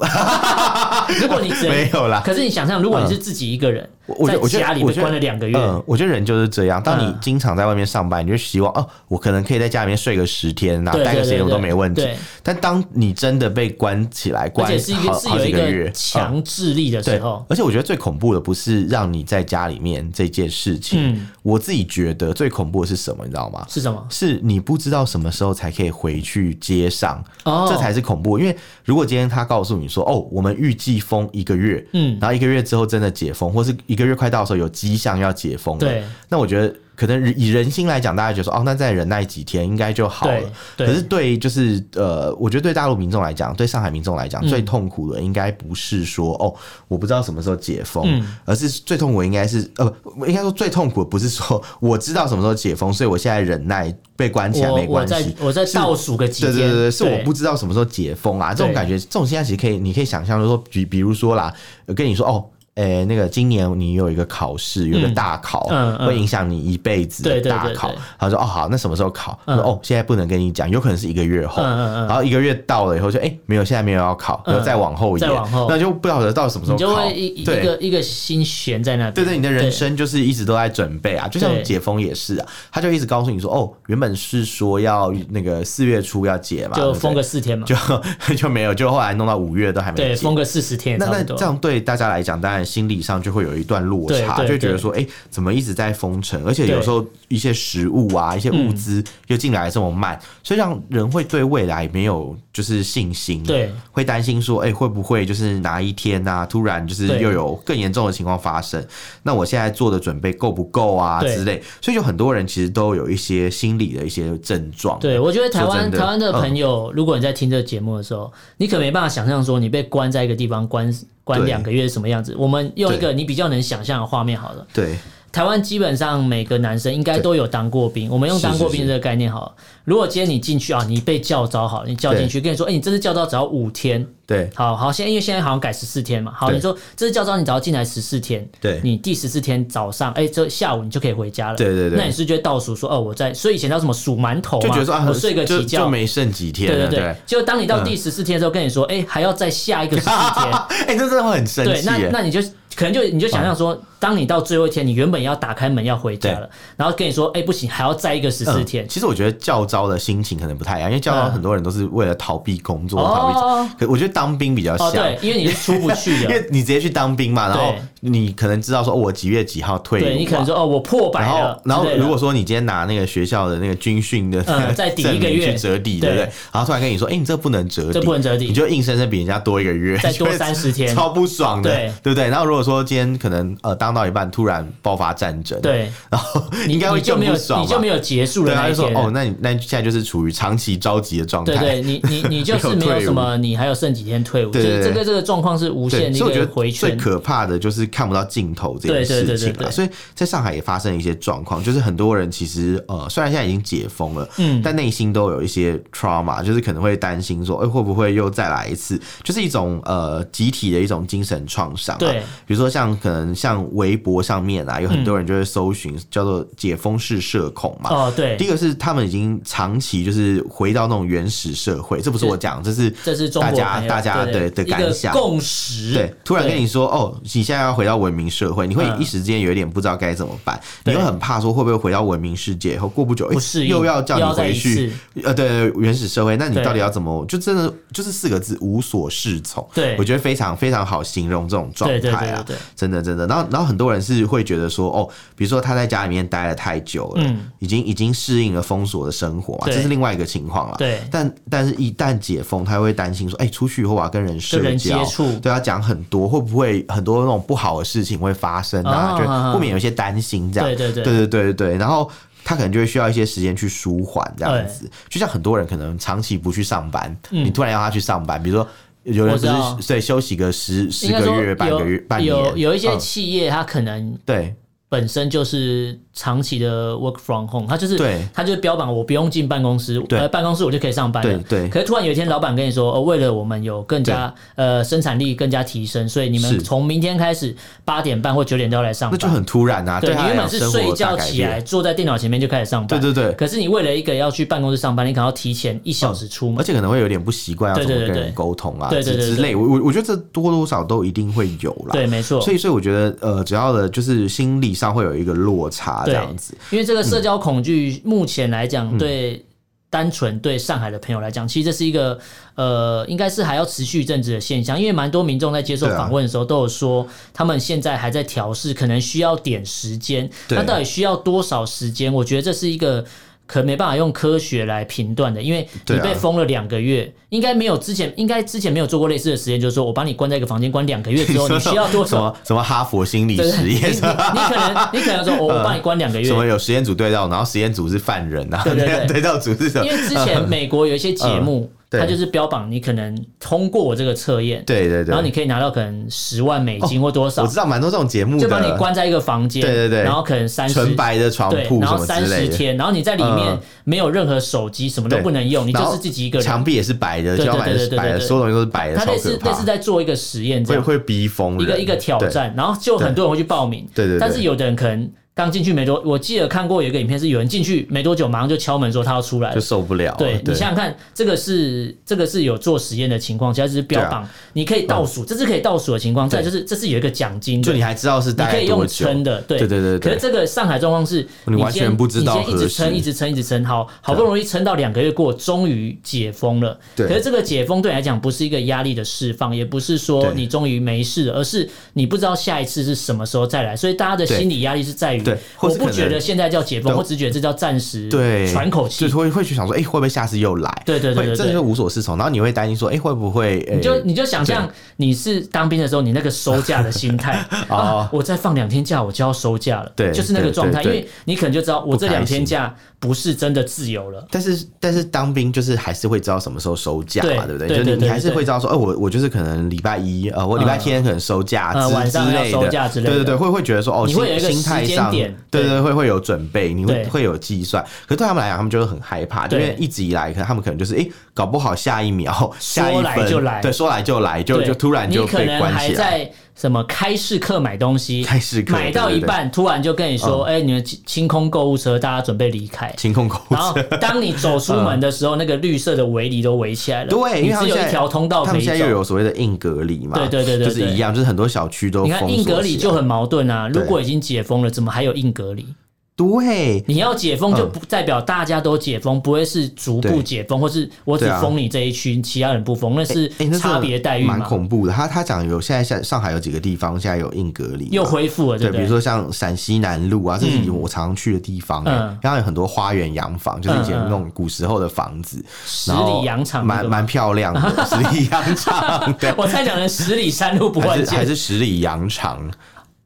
Speaker 1: 如果你只能
Speaker 2: 没有啦嗯
Speaker 1: 可是你想象，如果你是自己一个人
Speaker 2: 我我
Speaker 1: 在
Speaker 2: 觉得我觉得
Speaker 1: 家里
Speaker 2: 我
Speaker 1: 被
Speaker 2: 觉得
Speaker 1: 关了两个月，
Speaker 2: 嗯，我觉得人就是这样。当你
Speaker 1: 嗯
Speaker 2: 经常在外面上班，你就希望哦，我可能可以在家里面睡个十天啊，
Speaker 1: 对
Speaker 2: 待个
Speaker 1: 对
Speaker 2: 十
Speaker 1: 对
Speaker 2: 天我都
Speaker 1: 对
Speaker 2: 没问题
Speaker 1: 对。
Speaker 2: 但当你真的被关起来，
Speaker 1: 而
Speaker 2: 关
Speaker 1: 且是一
Speaker 2: 好
Speaker 1: 个是
Speaker 2: 好
Speaker 1: 有
Speaker 2: 几
Speaker 1: 一
Speaker 2: 个月
Speaker 1: 个
Speaker 2: 嗯
Speaker 1: 强制力的时
Speaker 2: 对
Speaker 1: 候，，
Speaker 2: 而且我觉得最恐怖的不是让你在家里面这件事情，
Speaker 1: 嗯
Speaker 2: 我自己觉得最恐怖的是什么，你知道吗？
Speaker 1: 是什么？
Speaker 2: 是你不知道什么时候才可以回去街上，
Speaker 1: 哦
Speaker 2: 这才是恐怖。因为如果今天他告诉你说，哦，我们预计封一个月，
Speaker 1: 嗯
Speaker 2: 然后一个月之后真的解封，或是一个月快到的时候有迹象要解封了，
Speaker 1: 对，
Speaker 2: 那我觉得。可能以人心来讲，大家觉得说哦，那再忍耐几天应该就好了。
Speaker 1: 对对
Speaker 2: 可是对，就是呃，我觉得对大陆民众来讲，对上海民众来讲，
Speaker 1: 嗯
Speaker 2: 最痛苦的应该不是说哦，我不知道什么时候解封，
Speaker 1: 嗯
Speaker 2: 而是最痛苦的应该是呃，不应该说最痛苦的不是说我知道什么时候解封，所以我现在忍耐被关起来
Speaker 1: 我
Speaker 2: 没
Speaker 1: 我
Speaker 2: 关
Speaker 1: 在
Speaker 2: 系。
Speaker 1: 我在
Speaker 2: 是
Speaker 1: 倒数个几
Speaker 2: 对
Speaker 1: 天，
Speaker 2: 对对对，是我不知道什么时候解封啊，这种
Speaker 1: 对
Speaker 2: 感觉，这种现在其实可以，你可以想象，就是说，比比如说啦，呃跟你说哦，呃，那个今年你有一个考试，有一个
Speaker 1: 嗯
Speaker 2: 大考，
Speaker 1: 嗯嗯
Speaker 2: 会影响你一辈子
Speaker 1: 对
Speaker 2: 的
Speaker 1: 对
Speaker 2: 大
Speaker 1: 对
Speaker 2: 考。
Speaker 1: 对
Speaker 2: 他说：“哦，好，那什么时候考？”他说：“
Speaker 1: 嗯
Speaker 2: 哦，现在不能跟你讲，有可能是一个月后。
Speaker 1: 嗯嗯嗯
Speaker 2: 然后一个月到了以后就，哎，没有，现在没有要考，然后
Speaker 1: 嗯
Speaker 2: 再往后一
Speaker 1: 再
Speaker 2: 点，
Speaker 1: 往后
Speaker 2: 那就不晓得到什么
Speaker 1: 你
Speaker 2: 时候
Speaker 1: 就
Speaker 2: 考。
Speaker 1: 会一一
Speaker 2: 对
Speaker 1: 个一个心悬在那边。
Speaker 2: 对对，你的人生就是一直都在准备啊，就像
Speaker 1: 对
Speaker 2: 解封也是啊，他就一直告诉你说，哦，原本是说要那个四月初要解嘛，
Speaker 1: 就
Speaker 2: 对不对
Speaker 1: 封个四天嘛，
Speaker 2: 就 就没有，就后来弄到五月都还没
Speaker 1: 对，
Speaker 2: 解
Speaker 1: 封。个四十天也
Speaker 2: 那
Speaker 1: 差
Speaker 2: 那
Speaker 1: 不多。
Speaker 2: 这样对大家来讲，当然心理上就会有一段落
Speaker 1: 对
Speaker 2: 差，
Speaker 1: 对
Speaker 2: 就会觉得
Speaker 1: 对
Speaker 2: 说，哎、怎么一直在封城？而且
Speaker 1: 对嗯
Speaker 2: 有时候一些食物啊、一些物资又进来这么慢，所以让人会对未来没有就是信心，
Speaker 1: 对，
Speaker 2: 会担心说，哎、会不会就是哪一天啊，突然就是
Speaker 1: 对
Speaker 2: 又有更严重的情况发生？那我现在做的准备够不够啊
Speaker 1: 对
Speaker 2: 之类？所以就很多人其实都有一些心理的一些症状，
Speaker 1: 对，我觉得台湾
Speaker 2: 说真的嗯
Speaker 1: 台湾的朋友，如果你在听这个节目的时候，你可没办法想象说你被关在一个地方关关
Speaker 2: 对
Speaker 1: 两个月是什么样子。我们用一个
Speaker 2: 对
Speaker 1: 你比较能想象的画面好了。
Speaker 2: 对
Speaker 1: 台湾基本上每个男生应该都有当过兵，我们用
Speaker 2: 是
Speaker 1: 当过
Speaker 2: 是
Speaker 1: 兵这个概念好了。如果今天你进去啊，你被叫招好了，你叫进去，跟你说，哎、你这次叫招只要五天，
Speaker 2: 对
Speaker 1: 好好，现在因为现在好像改十四天嘛，好，
Speaker 2: 对
Speaker 1: 你说这次教招你只要进来十四天，
Speaker 2: 对
Speaker 1: 你第十四天早上，哎、这下午你就可以回家了，
Speaker 2: 对对对
Speaker 1: 那你是觉得倒数说，哦，我在，所以以前叫什么数馒头嘛，
Speaker 2: 就觉得说啊，
Speaker 1: 我睡个
Speaker 2: 就
Speaker 1: 几
Speaker 2: 就
Speaker 1: 觉，
Speaker 2: 没剩几天
Speaker 1: 对
Speaker 2: 了，
Speaker 1: 对
Speaker 2: 对嗯
Speaker 1: 对。，就当你到第十四天的时候，跟你说，哎、还要再下一个十四 天。
Speaker 2: 哎、这真的会很生
Speaker 1: 对，
Speaker 2: 气
Speaker 1: 那
Speaker 2: 耶。嗯
Speaker 1: 那你就可能就你就想象说，当你到最后一天，你原本要打开门要回家了，然后跟你说，哎、不行，还要再一个十四
Speaker 2: 嗯
Speaker 1: 天，
Speaker 2: 其实我觉得教招的心情可能不太一样，因为教招
Speaker 1: 嗯
Speaker 2: 很多人都是为了逃避工作，
Speaker 1: 哦
Speaker 2: 逃避。可我觉得当兵比较像，
Speaker 1: 哦，对，因为你是出不去
Speaker 2: 啊 因
Speaker 1: 的，
Speaker 2: 为你直接去当兵嘛，然后
Speaker 1: 对
Speaker 2: 你可能知道说，哦，我几月几号退伍啊，
Speaker 1: 对你可能说，哦，我破百
Speaker 2: 然
Speaker 1: 了
Speaker 2: 后，，然后
Speaker 1: 之类的
Speaker 2: 如果说你今天拿那个学校的那个军训的
Speaker 1: 嗯
Speaker 2: 那 个
Speaker 1: 再抵一个
Speaker 2: 证明
Speaker 1: 月
Speaker 2: 去折抵，对不对
Speaker 1: 对？
Speaker 2: 然后突然跟你说，哎，你这不能折抵，
Speaker 1: 这不能折抵
Speaker 2: 你就硬生生比人家多一个月，
Speaker 1: 再 多
Speaker 2: 就会
Speaker 1: 30天
Speaker 2: 超不爽的，
Speaker 1: 对
Speaker 2: 对不对？然后如果说今天可能呃当到一半突然爆发战争，，
Speaker 1: 对，
Speaker 2: 然后
Speaker 1: 你
Speaker 2: 应该会
Speaker 1: 你就
Speaker 2: 更
Speaker 1: 没有
Speaker 2: 不爽
Speaker 1: 你就
Speaker 2: 嘛
Speaker 1: 没。有结束的
Speaker 2: 对，他
Speaker 1: 那一
Speaker 2: 就说
Speaker 1: 天。
Speaker 2: 哦，那你那现在就是处于长期着急的状态。
Speaker 1: 对对，你 你你就是没有什么，你还有剩几天退伍，
Speaker 2: 对
Speaker 1: 就
Speaker 2: 对
Speaker 1: 是
Speaker 2: 对
Speaker 1: 这个这个状况是无限
Speaker 2: 对，
Speaker 1: 的一
Speaker 2: 所以我觉
Speaker 1: 个
Speaker 2: 得
Speaker 1: 回
Speaker 2: 最
Speaker 1: 圈。
Speaker 2: 可怕的就是看不到尽头这件
Speaker 1: 对对对
Speaker 2: 事情
Speaker 1: 对对
Speaker 2: 了。所以在上海也发生了一些状况，就是很多人其实呃，虽然现在已经解封了，
Speaker 1: 嗯
Speaker 2: 但内心都有一些 trauma，就是可能会担心说，哎、会不会又再来一次？就是一种呃集体的一种精神创伤、啊。
Speaker 1: 对，
Speaker 2: 比如说像可能像微博上面啊，有很多人就会搜寻叫做解封式社恐嘛。
Speaker 1: 哦，对
Speaker 2: 第，一个是他们已经长期就是回到那种原始社会，这不是
Speaker 1: 是
Speaker 2: 我讲，这是
Speaker 1: 这是中
Speaker 2: 大
Speaker 1: 国
Speaker 2: 家
Speaker 1: 朋友
Speaker 2: 大家
Speaker 1: 对
Speaker 2: 的的感
Speaker 1: 一
Speaker 2: 想
Speaker 1: 个。共识。
Speaker 2: 对，突然
Speaker 1: 对
Speaker 2: 跟你说哦，你现在要回到文明社会，你会
Speaker 1: 嗯
Speaker 2: 一时间有点不知道该怎么办，
Speaker 1: 对
Speaker 2: 你会很怕说会不会回到文明世界以后过不久，哎
Speaker 1: 不适应
Speaker 2: 又要叫你
Speaker 1: 又要再
Speaker 2: 回
Speaker 1: 一
Speaker 2: 去
Speaker 1: 次，
Speaker 2: 呃，对对原始社会，那你
Speaker 1: 对
Speaker 2: 到底要怎么？就真的就是四个字，无所适从。
Speaker 1: 对
Speaker 2: 我觉得非常非常好形容这种状态啊，
Speaker 1: 对对对对对
Speaker 2: 真的真的。然后然后很多人是会觉得说哦，比如说他在家里面待了太久了，
Speaker 1: 嗯
Speaker 2: 已经已经适应了封锁的生活嘛，
Speaker 1: 对
Speaker 2: 这是另外一个情况了。
Speaker 1: 对
Speaker 2: 但但是一旦解封，他会担心说，哎、出去以后我要跟人社
Speaker 1: 跟人
Speaker 2: 交，
Speaker 1: 接触
Speaker 2: 对他讲很多，会不会很多那种不好的事情会发生啊？
Speaker 1: 啊
Speaker 2: 就不免有一些担心这样。
Speaker 1: 对对对
Speaker 2: 对对对对然后。他可能就会需要一些时间去舒缓，这样子。就像很多人可能长期不去上班，你突然要他去上班，比如说有
Speaker 1: 嗯
Speaker 2: 人
Speaker 1: 我知
Speaker 2: 不
Speaker 1: 道
Speaker 2: 是对休息个十
Speaker 1: 应
Speaker 2: 十
Speaker 1: 该
Speaker 2: 个
Speaker 1: 说
Speaker 2: 月、半个月、半
Speaker 1: 有
Speaker 2: 年，
Speaker 1: 有有一些
Speaker 2: 嗯
Speaker 1: 企业，它可能
Speaker 2: 对
Speaker 1: 本身就是长期的 work from home，它就是
Speaker 2: 对
Speaker 1: 它就是标榜我不用进办公室，
Speaker 2: 对
Speaker 1: 呃，办公室我就可以上班了。
Speaker 2: 对对
Speaker 1: 可是突然有一天，老板跟你说，哦，为了我们有更加呃生产力更加提升，所以你们
Speaker 2: 是
Speaker 1: 从明天开始八点半或九点都要来上
Speaker 2: 那
Speaker 1: 班。
Speaker 2: 就很突然啊！
Speaker 1: 对，
Speaker 2: 他
Speaker 1: 你
Speaker 2: 来
Speaker 1: 原本
Speaker 2: 讲
Speaker 1: 是
Speaker 2: 生活
Speaker 1: 睡
Speaker 2: 有大
Speaker 1: 觉
Speaker 2: 改
Speaker 1: 起
Speaker 2: 变
Speaker 1: 来，坐在电脑前面就开始上班。
Speaker 2: 对对对
Speaker 1: 可是你为了一个要去办公室上班，你可能要提前一小时出门
Speaker 2: 哦而。且可能会有点不习惯要
Speaker 1: 对
Speaker 2: 怎
Speaker 1: 对
Speaker 2: 么
Speaker 1: 对
Speaker 2: 跟
Speaker 1: 对
Speaker 2: 人沟通啊，
Speaker 1: 对对
Speaker 2: 之
Speaker 1: 对对
Speaker 2: 之类。我我我觉得这多多少都一定会有啦。
Speaker 1: 对，没错。
Speaker 2: 所以，所以我觉得，呃，只要的就是心理上会有一个落差这
Speaker 1: 对
Speaker 2: 样子，
Speaker 1: 因为这个社交恐惧，
Speaker 2: 嗯
Speaker 1: 目前来讲，对单纯对上海的朋友来讲，其实这是一个呃，应该是还要持续一阵子的现象。因为蛮多民众在接受
Speaker 2: 对啊
Speaker 1: 访问的时候都有说，他们现在还在调试，可能需要点时间。
Speaker 2: 对
Speaker 1: 那到底需要多少时间？我觉得这是一个。可没办法用科学来评断的，因为你
Speaker 2: 对啊
Speaker 1: 被封了两个月，应该没有之前，应该之前没有做过类似的实验，就是说我把你关在一个房间关两个月之 后，你需要多
Speaker 2: 什
Speaker 1: 少？
Speaker 2: 么什么哈佛心理
Speaker 1: 对
Speaker 2: 实
Speaker 1: 你你
Speaker 2: 验
Speaker 1: 你，可能你可能说，我哦我把你关两个月，
Speaker 2: 什么有实验组对照，然后实验组是犯人啊，
Speaker 1: 对对对
Speaker 2: 照组是什么
Speaker 1: 因为之前美国有一些节目，
Speaker 2: 嗯对
Speaker 1: 它就是标榜你可能通过我这个测验，
Speaker 2: 对对对，哦
Speaker 1: 然后你可以拿到可能十万美金或多少，
Speaker 2: 我知道蛮多这种节目的，
Speaker 1: 就把你关在一个房间，
Speaker 2: 对对对
Speaker 1: 然后可能三十
Speaker 2: 纯白的床
Speaker 1: 对，
Speaker 2: 铺
Speaker 1: 然
Speaker 2: 什
Speaker 1: 后
Speaker 2: 么
Speaker 1: 三
Speaker 2: 之
Speaker 1: 十
Speaker 2: 类的，
Speaker 1: 天，然后你在里面
Speaker 2: 嗯
Speaker 1: 没有任何手机，什么都
Speaker 2: 对
Speaker 1: 不能用，你就
Speaker 2: 然后
Speaker 1: 是自己一个人
Speaker 2: 墙。壁也是白的，
Speaker 1: 对对
Speaker 2: 天花板也
Speaker 1: 对
Speaker 2: 是
Speaker 1: 对对
Speaker 2: 白的，
Speaker 1: 对对
Speaker 2: 所有东西都是白的，
Speaker 1: 它
Speaker 2: 超
Speaker 1: 类似
Speaker 2: 可
Speaker 1: 类似
Speaker 2: 怕，
Speaker 1: 在做一个实验这
Speaker 2: 会
Speaker 1: 样，
Speaker 2: 会逼疯人
Speaker 1: 一个一个挑，战，然后就很多人会去报名。
Speaker 2: 对对对对
Speaker 1: 但是有的人可能刚进去没多，我记得看过有一个影片是有人进去没多久，马上就敲门说他要出来
Speaker 2: 哦对
Speaker 1: 了
Speaker 2: 就。受不了了，
Speaker 1: 对你想想看，这个是这个是有做实验的情况下，这是标
Speaker 2: 啊
Speaker 1: 榜，你可以倒数，这是可以倒数的情况，再来就是这是有一个奖金的，
Speaker 2: 嗯就你还知道是
Speaker 1: 你
Speaker 2: 大
Speaker 1: 可
Speaker 2: 概
Speaker 1: 以用
Speaker 2: 多久，
Speaker 1: 撑的，对
Speaker 2: 对对对对
Speaker 1: 可是这个上海状况是，
Speaker 2: 你完全
Speaker 1: 先
Speaker 2: 不知道
Speaker 1: 你先一直
Speaker 2: 何时
Speaker 1: 撑，一直撑，一直撑，
Speaker 2: 啊
Speaker 1: 好好不容易撑到两个月过，终于解封了。
Speaker 2: 对
Speaker 1: 可是这个解封对你来讲不是一个压力的释放，也不是说
Speaker 2: 对
Speaker 1: 你终于没事了，而是你不知道下一次是什么时候再来，所以大家的心理压力是在于
Speaker 2: 对，或
Speaker 1: 我
Speaker 2: 是可
Speaker 1: 不觉
Speaker 2: 能
Speaker 1: 得现在叫解封，
Speaker 2: 对
Speaker 1: 我只觉得这叫暂时
Speaker 2: 对，
Speaker 1: 喘口气
Speaker 2: 就。是会会去想说，哎、会不会下次又来？
Speaker 1: 对对对
Speaker 2: 会
Speaker 1: 对
Speaker 2: 真
Speaker 1: 对
Speaker 2: 的就无所适从。然后你会担心说，哎、会不会？哎
Speaker 1: 你就你就想象你是当兵的时候，你那个收假的心 态啊，我再放两天假，我就要收假了，
Speaker 2: 哦对
Speaker 1: 就是那个状态，因
Speaker 2: 对对
Speaker 1: 为你可能就知道我这两
Speaker 2: 不开
Speaker 1: 天
Speaker 2: 心
Speaker 1: 假不是真的自由了。
Speaker 2: 但是但是当兵就是还是会知道什么时候收假嘛，
Speaker 1: 对
Speaker 2: 对不对？
Speaker 1: 对对
Speaker 2: 就是你
Speaker 1: 对
Speaker 2: 你还是
Speaker 1: 对嗯
Speaker 2: 会知道说，哦，我我就是可能礼拜一呃，我礼拜天可能收假之
Speaker 1: 呃晚
Speaker 2: 之
Speaker 1: 上要
Speaker 2: 类
Speaker 1: 收假
Speaker 2: 的，
Speaker 1: 之
Speaker 2: 对
Speaker 1: 类的
Speaker 2: 对对，会会觉得说哦，
Speaker 1: 你会有一个
Speaker 2: 心心态
Speaker 1: 时间
Speaker 2: 上，
Speaker 1: 点
Speaker 2: 对
Speaker 1: 对
Speaker 2: 对，会会有准备，你会
Speaker 1: 对
Speaker 2: 会有计算。可是对他们来讲，他们就会很害怕，因
Speaker 1: 对
Speaker 2: 为一直以来，可能他们可能就是哎，搞不好下一秒、下一
Speaker 1: 来就
Speaker 2: 分
Speaker 1: 来，
Speaker 2: 对，说来就来，就
Speaker 1: 对
Speaker 2: 就突然就
Speaker 1: 你可
Speaker 2: 被
Speaker 1: 能
Speaker 2: 关
Speaker 1: 还
Speaker 2: 起来。
Speaker 1: 在什么开市客买东西，
Speaker 2: 开市客
Speaker 1: 买到
Speaker 2: 对
Speaker 1: 一
Speaker 2: 对对嗯
Speaker 1: 半，突然就跟你说，哎，你们清清空购物车，大家准备离 开。
Speaker 2: 清空口
Speaker 1: 然后，当你走出门的时候，那个绿色的围篱都围起来了，
Speaker 2: 对，因
Speaker 1: 你
Speaker 2: 为他
Speaker 1: 只
Speaker 2: 们
Speaker 1: 有
Speaker 2: 现
Speaker 1: 一
Speaker 2: 在
Speaker 1: 条通道
Speaker 2: 他
Speaker 1: 可
Speaker 2: 们
Speaker 1: 以走
Speaker 2: 现。在又有所谓的硬隔离嘛，
Speaker 1: 对对对对
Speaker 2: 就是一样，就是很多小区都
Speaker 1: 你
Speaker 2: 封
Speaker 1: 看
Speaker 2: 锁
Speaker 1: 硬隔离
Speaker 2: 起来
Speaker 1: 就很矛盾啊！
Speaker 2: 对
Speaker 1: 如果已经解封了，怎么还有硬隔离？
Speaker 2: 对，哎
Speaker 1: 你要解封就不代表大家都解封，不会是逐步
Speaker 2: 嗯对
Speaker 1: 解封，或是我只
Speaker 2: 对啊
Speaker 1: 封你这一区，其他人不封，那是
Speaker 2: 哎、那真的
Speaker 1: 差别待遇
Speaker 2: 蛮
Speaker 1: 嘛？
Speaker 2: 恐怖的。他他讲有现在上上海有几个地方现在有硬隔离嘛，
Speaker 1: 又恢复了，
Speaker 2: 啊对，
Speaker 1: 不
Speaker 2: 比
Speaker 1: 对？
Speaker 2: 如说像陕西南路啊，这是以我常去的地方、欸，
Speaker 1: 嗯
Speaker 2: 然后有很多花园洋房，就是以前
Speaker 1: 嗯嗯
Speaker 2: 那种古时候的房子，
Speaker 1: 十
Speaker 2: 然后
Speaker 1: 里洋场那
Speaker 2: 蛮
Speaker 1: 个吗
Speaker 2: 蛮漂亮的，十里 洋场，对，
Speaker 1: 我猜讲的十里山路不
Speaker 2: 还
Speaker 1: 换
Speaker 2: 是还啊
Speaker 1: 肩，
Speaker 2: 是十里 洋场，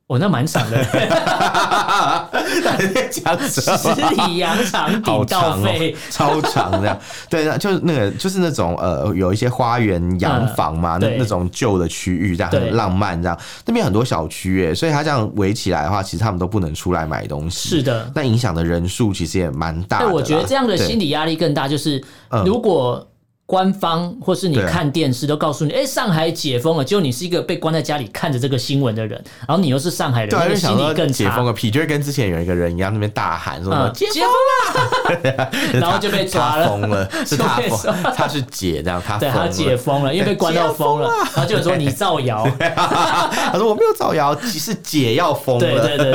Speaker 1: 我那蛮 长的，
Speaker 2: 还在讲什么
Speaker 1: 十里洋场
Speaker 2: 好
Speaker 1: 顶到
Speaker 2: 长哦
Speaker 1: 肺，，
Speaker 2: 超长的。对，那就是那个，就是那种呃，有一些花园洋房嘛，
Speaker 1: 嗯
Speaker 2: 那
Speaker 1: 对
Speaker 2: 那种旧的区域，这样
Speaker 1: 对
Speaker 2: 很浪漫，这样那边很多小区耶，所以它这样围起来的话，其实他们都不能出来买东西。
Speaker 1: 是的。
Speaker 2: 那影响的人数其实也蛮大的
Speaker 1: 但
Speaker 2: 啦。
Speaker 1: 我觉得这样的
Speaker 2: 对
Speaker 1: 心理压力更大，就是
Speaker 2: 嗯
Speaker 1: 如果。官方或是你
Speaker 2: 对啊
Speaker 1: 看电视都告诉你，哎、上海解封了，结果你是一个被关在家里看着这个新闻的人，然后你又是上海人，
Speaker 2: 对啊，
Speaker 1: 那
Speaker 2: 就
Speaker 1: 个心
Speaker 2: 想
Speaker 1: 理
Speaker 2: 说
Speaker 1: 更
Speaker 2: 解
Speaker 1: 差
Speaker 2: 封。个屁，就会跟之前有一个人一样，那边大喊说什么
Speaker 1: 嗯，
Speaker 2: 解
Speaker 1: 解封了，然后就被抓
Speaker 2: 他
Speaker 1: 了。
Speaker 2: 疯 了，是他
Speaker 1: 就被
Speaker 2: 疯，他是解这样，他
Speaker 1: 对
Speaker 2: 啊疯
Speaker 1: 他
Speaker 2: 了。哎
Speaker 1: 解封了，因为被关到疯
Speaker 2: 啊
Speaker 1: 了，然后就有人说你造 谣，
Speaker 2: 他说我没有造谣，其实解要疯
Speaker 1: 对
Speaker 2: 了。
Speaker 1: 对对， 对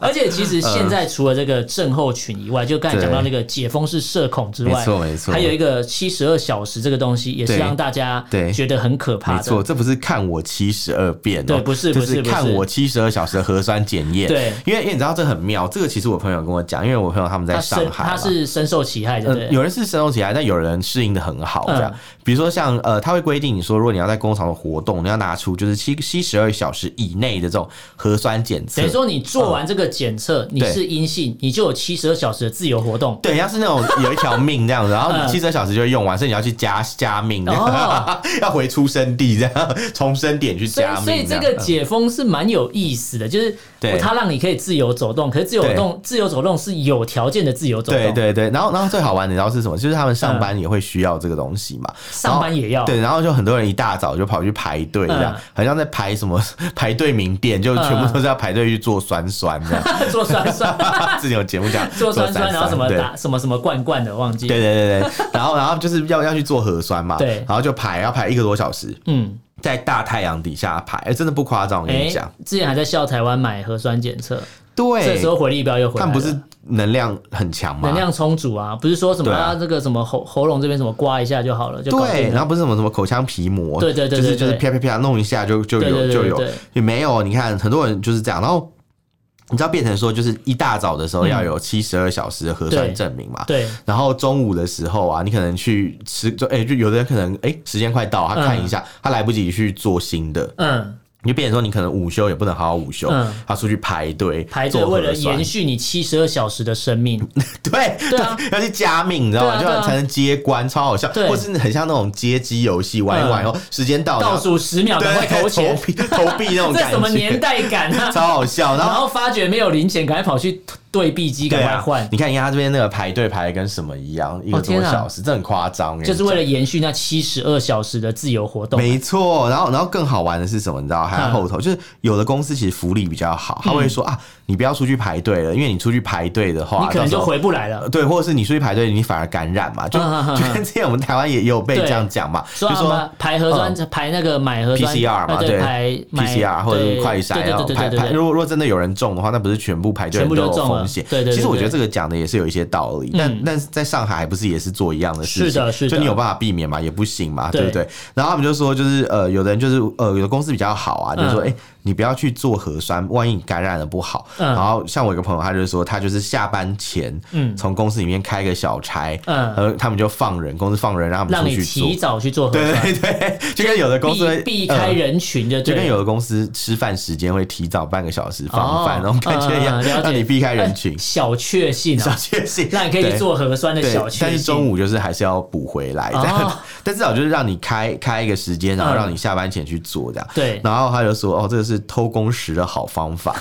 Speaker 1: 而且其实现在除了这个症候群以外，就刚才讲到那个解封式社恐之外，
Speaker 2: 嗯没错没错
Speaker 1: 还有一个七十二小时这个东西，也是
Speaker 2: 对
Speaker 1: 让大家
Speaker 2: 对
Speaker 1: 觉得很可
Speaker 2: 没
Speaker 1: 怕
Speaker 2: 错，
Speaker 1: 的。
Speaker 2: 这不是看我七十二变、哦，
Speaker 1: 对不是
Speaker 2: 就
Speaker 1: 不是
Speaker 2: 是
Speaker 1: 不是
Speaker 2: 看我七十二小时的核酸检验。
Speaker 1: 对
Speaker 2: 因为因为你知道这很妙，这个其实我朋友跟我讲，因为我朋友他们在
Speaker 1: 他
Speaker 2: 上
Speaker 1: 深
Speaker 2: 海
Speaker 1: 他
Speaker 2: 嘛
Speaker 1: 是深受其害，对不
Speaker 2: 嗯，
Speaker 1: 对？
Speaker 2: 有人是生动起来，但有人适应的很好，这样。
Speaker 1: 嗯
Speaker 2: 比如说像呃，他会规定你说，如果你要在工厂的活动，你要拿出就是七七十二小时以内的这种核酸检测
Speaker 1: 等于。说你做完这个检测，你是阴性，你就有七十二小时的自由活动。
Speaker 2: 对，要是那种有一条命这样子，然后
Speaker 1: 嗯
Speaker 2: 七十二小时就会用完，所以你要去加加命，
Speaker 1: 哦
Speaker 2: 要回出生地这样，重生点去
Speaker 1: 所
Speaker 2: 加
Speaker 1: 以，
Speaker 2: 命。
Speaker 1: 所以这
Speaker 2: 样
Speaker 1: 个解封是蛮有意思的，就是
Speaker 2: 对
Speaker 1: 它让你可以自由走动，可是自由动自由走动是有条件的自由走
Speaker 2: 对
Speaker 1: 动，
Speaker 2: 对对，然后然后最好玩的你知道是什么？就是他们上班也会需要这个东西嘛，
Speaker 1: 上班也要。
Speaker 2: 对，然后就很多人一大早就跑去排队这样
Speaker 1: 嗯，
Speaker 2: 好像在排什么 排队名店，就全部都是要排队去做酸酸这样。
Speaker 1: 做酸酸，
Speaker 2: 之前有节目讲
Speaker 1: 嗯做酸酸，然后什么
Speaker 2: 对
Speaker 1: 打什么什么罐罐的，忘记。
Speaker 2: 对对对对，然后然后就是要要去做核酸嘛，
Speaker 1: 对
Speaker 2: 然后就排要排一个多小时，
Speaker 1: 嗯，
Speaker 2: 在大太阳底下排，哎真的不夸张，我跟
Speaker 1: 哎、
Speaker 2: 你讲，
Speaker 1: 之前还在笑台湾买核酸检测，这
Speaker 2: 对
Speaker 1: 时，候回力标又回来
Speaker 2: 他
Speaker 1: 了。
Speaker 2: 们不是能量很强吗？
Speaker 1: 能量充足啊，不是说什么
Speaker 2: 对啊
Speaker 1: 啊这个什么喉喉咙这边什么刮一下就好了，就搞定
Speaker 2: 对，
Speaker 1: 了
Speaker 2: 然后不是什么什么口腔皮膜，
Speaker 1: 对对对
Speaker 2: 就
Speaker 1: 对对
Speaker 2: 是就是啪啪啪弄一下就就
Speaker 1: 对对
Speaker 2: 有
Speaker 1: 对
Speaker 2: 就
Speaker 1: 对
Speaker 2: 有
Speaker 1: 对，
Speaker 2: 也没有。啊你看很多人就是这样，然后你知道变成说就是一大早的时候要有七十二小时的核酸
Speaker 1: 对
Speaker 2: 证明嘛，
Speaker 1: 嗯对
Speaker 2: 然后中午的时候啊，你可能去吃，就哎、就有的人可能哎、时间快到，他看一下，他来不及去做新的，
Speaker 1: 嗯，
Speaker 2: 你就变成说，你可能午休也不能好好午休，
Speaker 1: 嗯
Speaker 2: 他出去排队
Speaker 1: 排队
Speaker 2: 做核
Speaker 1: 为了
Speaker 2: 酸
Speaker 1: 延续你七十二小时的生命，
Speaker 2: 对
Speaker 1: 对啊
Speaker 2: 要去加命，你知道
Speaker 1: 对
Speaker 2: 吗？
Speaker 1: 啊
Speaker 2: 就
Speaker 1: 对啊
Speaker 2: 要才能接关，超好笑，
Speaker 1: 对
Speaker 2: 或是很像那种街机游戏，玩一玩哦，时间到了，
Speaker 1: 倒数十秒赶快
Speaker 2: 对
Speaker 1: 投钱，
Speaker 2: 币投 币那种
Speaker 1: 这
Speaker 2: 感觉，
Speaker 1: 什么年代感啊？
Speaker 2: 超好笑，然
Speaker 1: 然
Speaker 2: 后。
Speaker 1: 后发觉没有零钱，赶快跑去对币机，赶
Speaker 2: 对
Speaker 1: 快
Speaker 2: 啊
Speaker 1: 换，，
Speaker 2: 你看，你看他这边那个排队排的跟什么一样，一个多
Speaker 1: 天啊
Speaker 2: 小时，这很夸张欸，
Speaker 1: 就是为了延续那七十二小时的自由活动。
Speaker 2: 没错，然后然后更好玩的是什么？你知道，还有后 头，就是有的公司其实福利比较好，他会说、啊，你不要出去排队了，因为你出去排队的
Speaker 1: 嗯
Speaker 2: 话，
Speaker 1: 你可能
Speaker 2: 到时
Speaker 1: 就
Speaker 2: 候
Speaker 1: 回不来了。
Speaker 2: 对，或者是你出去排队，你反而感染嘛，就
Speaker 1: 嗯嗯嗯嗯
Speaker 2: 就跟之前我们台湾也也有被这样讲嘛，就
Speaker 1: 说什
Speaker 2: 说嗯
Speaker 1: 么排核酸、排那个买核酸
Speaker 2: PCR 嘛
Speaker 1: 呃对，
Speaker 2: 啊对
Speaker 1: 排买
Speaker 2: PCR 或者是
Speaker 1: 对
Speaker 2: 快筛，
Speaker 1: 对
Speaker 2: 然后
Speaker 1: 对对
Speaker 2: 排
Speaker 1: 对对
Speaker 2: 排，
Speaker 1: 对对。
Speaker 2: 如果如果真的有人中的话，那不是全部排队
Speaker 1: 全部
Speaker 2: 人
Speaker 1: 就
Speaker 2: 都有
Speaker 1: 中了
Speaker 2: 风险？
Speaker 1: 对对对
Speaker 2: 其实我
Speaker 1: 对
Speaker 2: 觉得这个讲的也是有一些道理，但
Speaker 1: 嗯
Speaker 2: 但是在上海还不是也是做一样的事情？
Speaker 1: 是的是的
Speaker 2: 就你有办法避免嘛，也不行嘛，对
Speaker 1: 对
Speaker 2: 不对？然后他们就说，就是呃，有的人就是呃，有的公司比较好啊，就说
Speaker 1: 嗯
Speaker 2: 哎。诶你不要去做核酸，万一你感染了不好。
Speaker 1: 嗯
Speaker 2: 然后像我一个朋友，他就是说，他就是下班前，
Speaker 1: 嗯
Speaker 2: 从公司里面开个小差，
Speaker 1: 嗯
Speaker 2: 呃，他们就放人，公司放人让他
Speaker 1: 让
Speaker 2: 们
Speaker 1: 你
Speaker 2: 出去做
Speaker 1: 提，早去做核酸，
Speaker 2: 对对对，就跟有的公司会
Speaker 1: 避避开
Speaker 2: 呃
Speaker 1: 人群就
Speaker 2: 就
Speaker 1: 对
Speaker 2: 跟
Speaker 1: 了
Speaker 2: 有的公司吃饭时间会提早半个小时放饭
Speaker 1: 哦
Speaker 2: 那种感觉一
Speaker 1: 嗯
Speaker 2: 样，
Speaker 1: 嗯嗯了解
Speaker 2: 让你避开人群
Speaker 1: 哎，小确幸
Speaker 2: 嗯小
Speaker 1: 啊，
Speaker 2: 确幸。
Speaker 1: 让你可以去做核酸的
Speaker 2: 对，
Speaker 1: 小
Speaker 2: 对
Speaker 1: 确幸。
Speaker 2: 但是中午就是还是要补回来，
Speaker 1: 哦
Speaker 2: 但 但至少就是让你开开一个时间，然后
Speaker 1: 嗯
Speaker 2: 让你下班前去做这样。
Speaker 1: 对
Speaker 2: 然后他就说：“哦，这个是偷工时的好方法，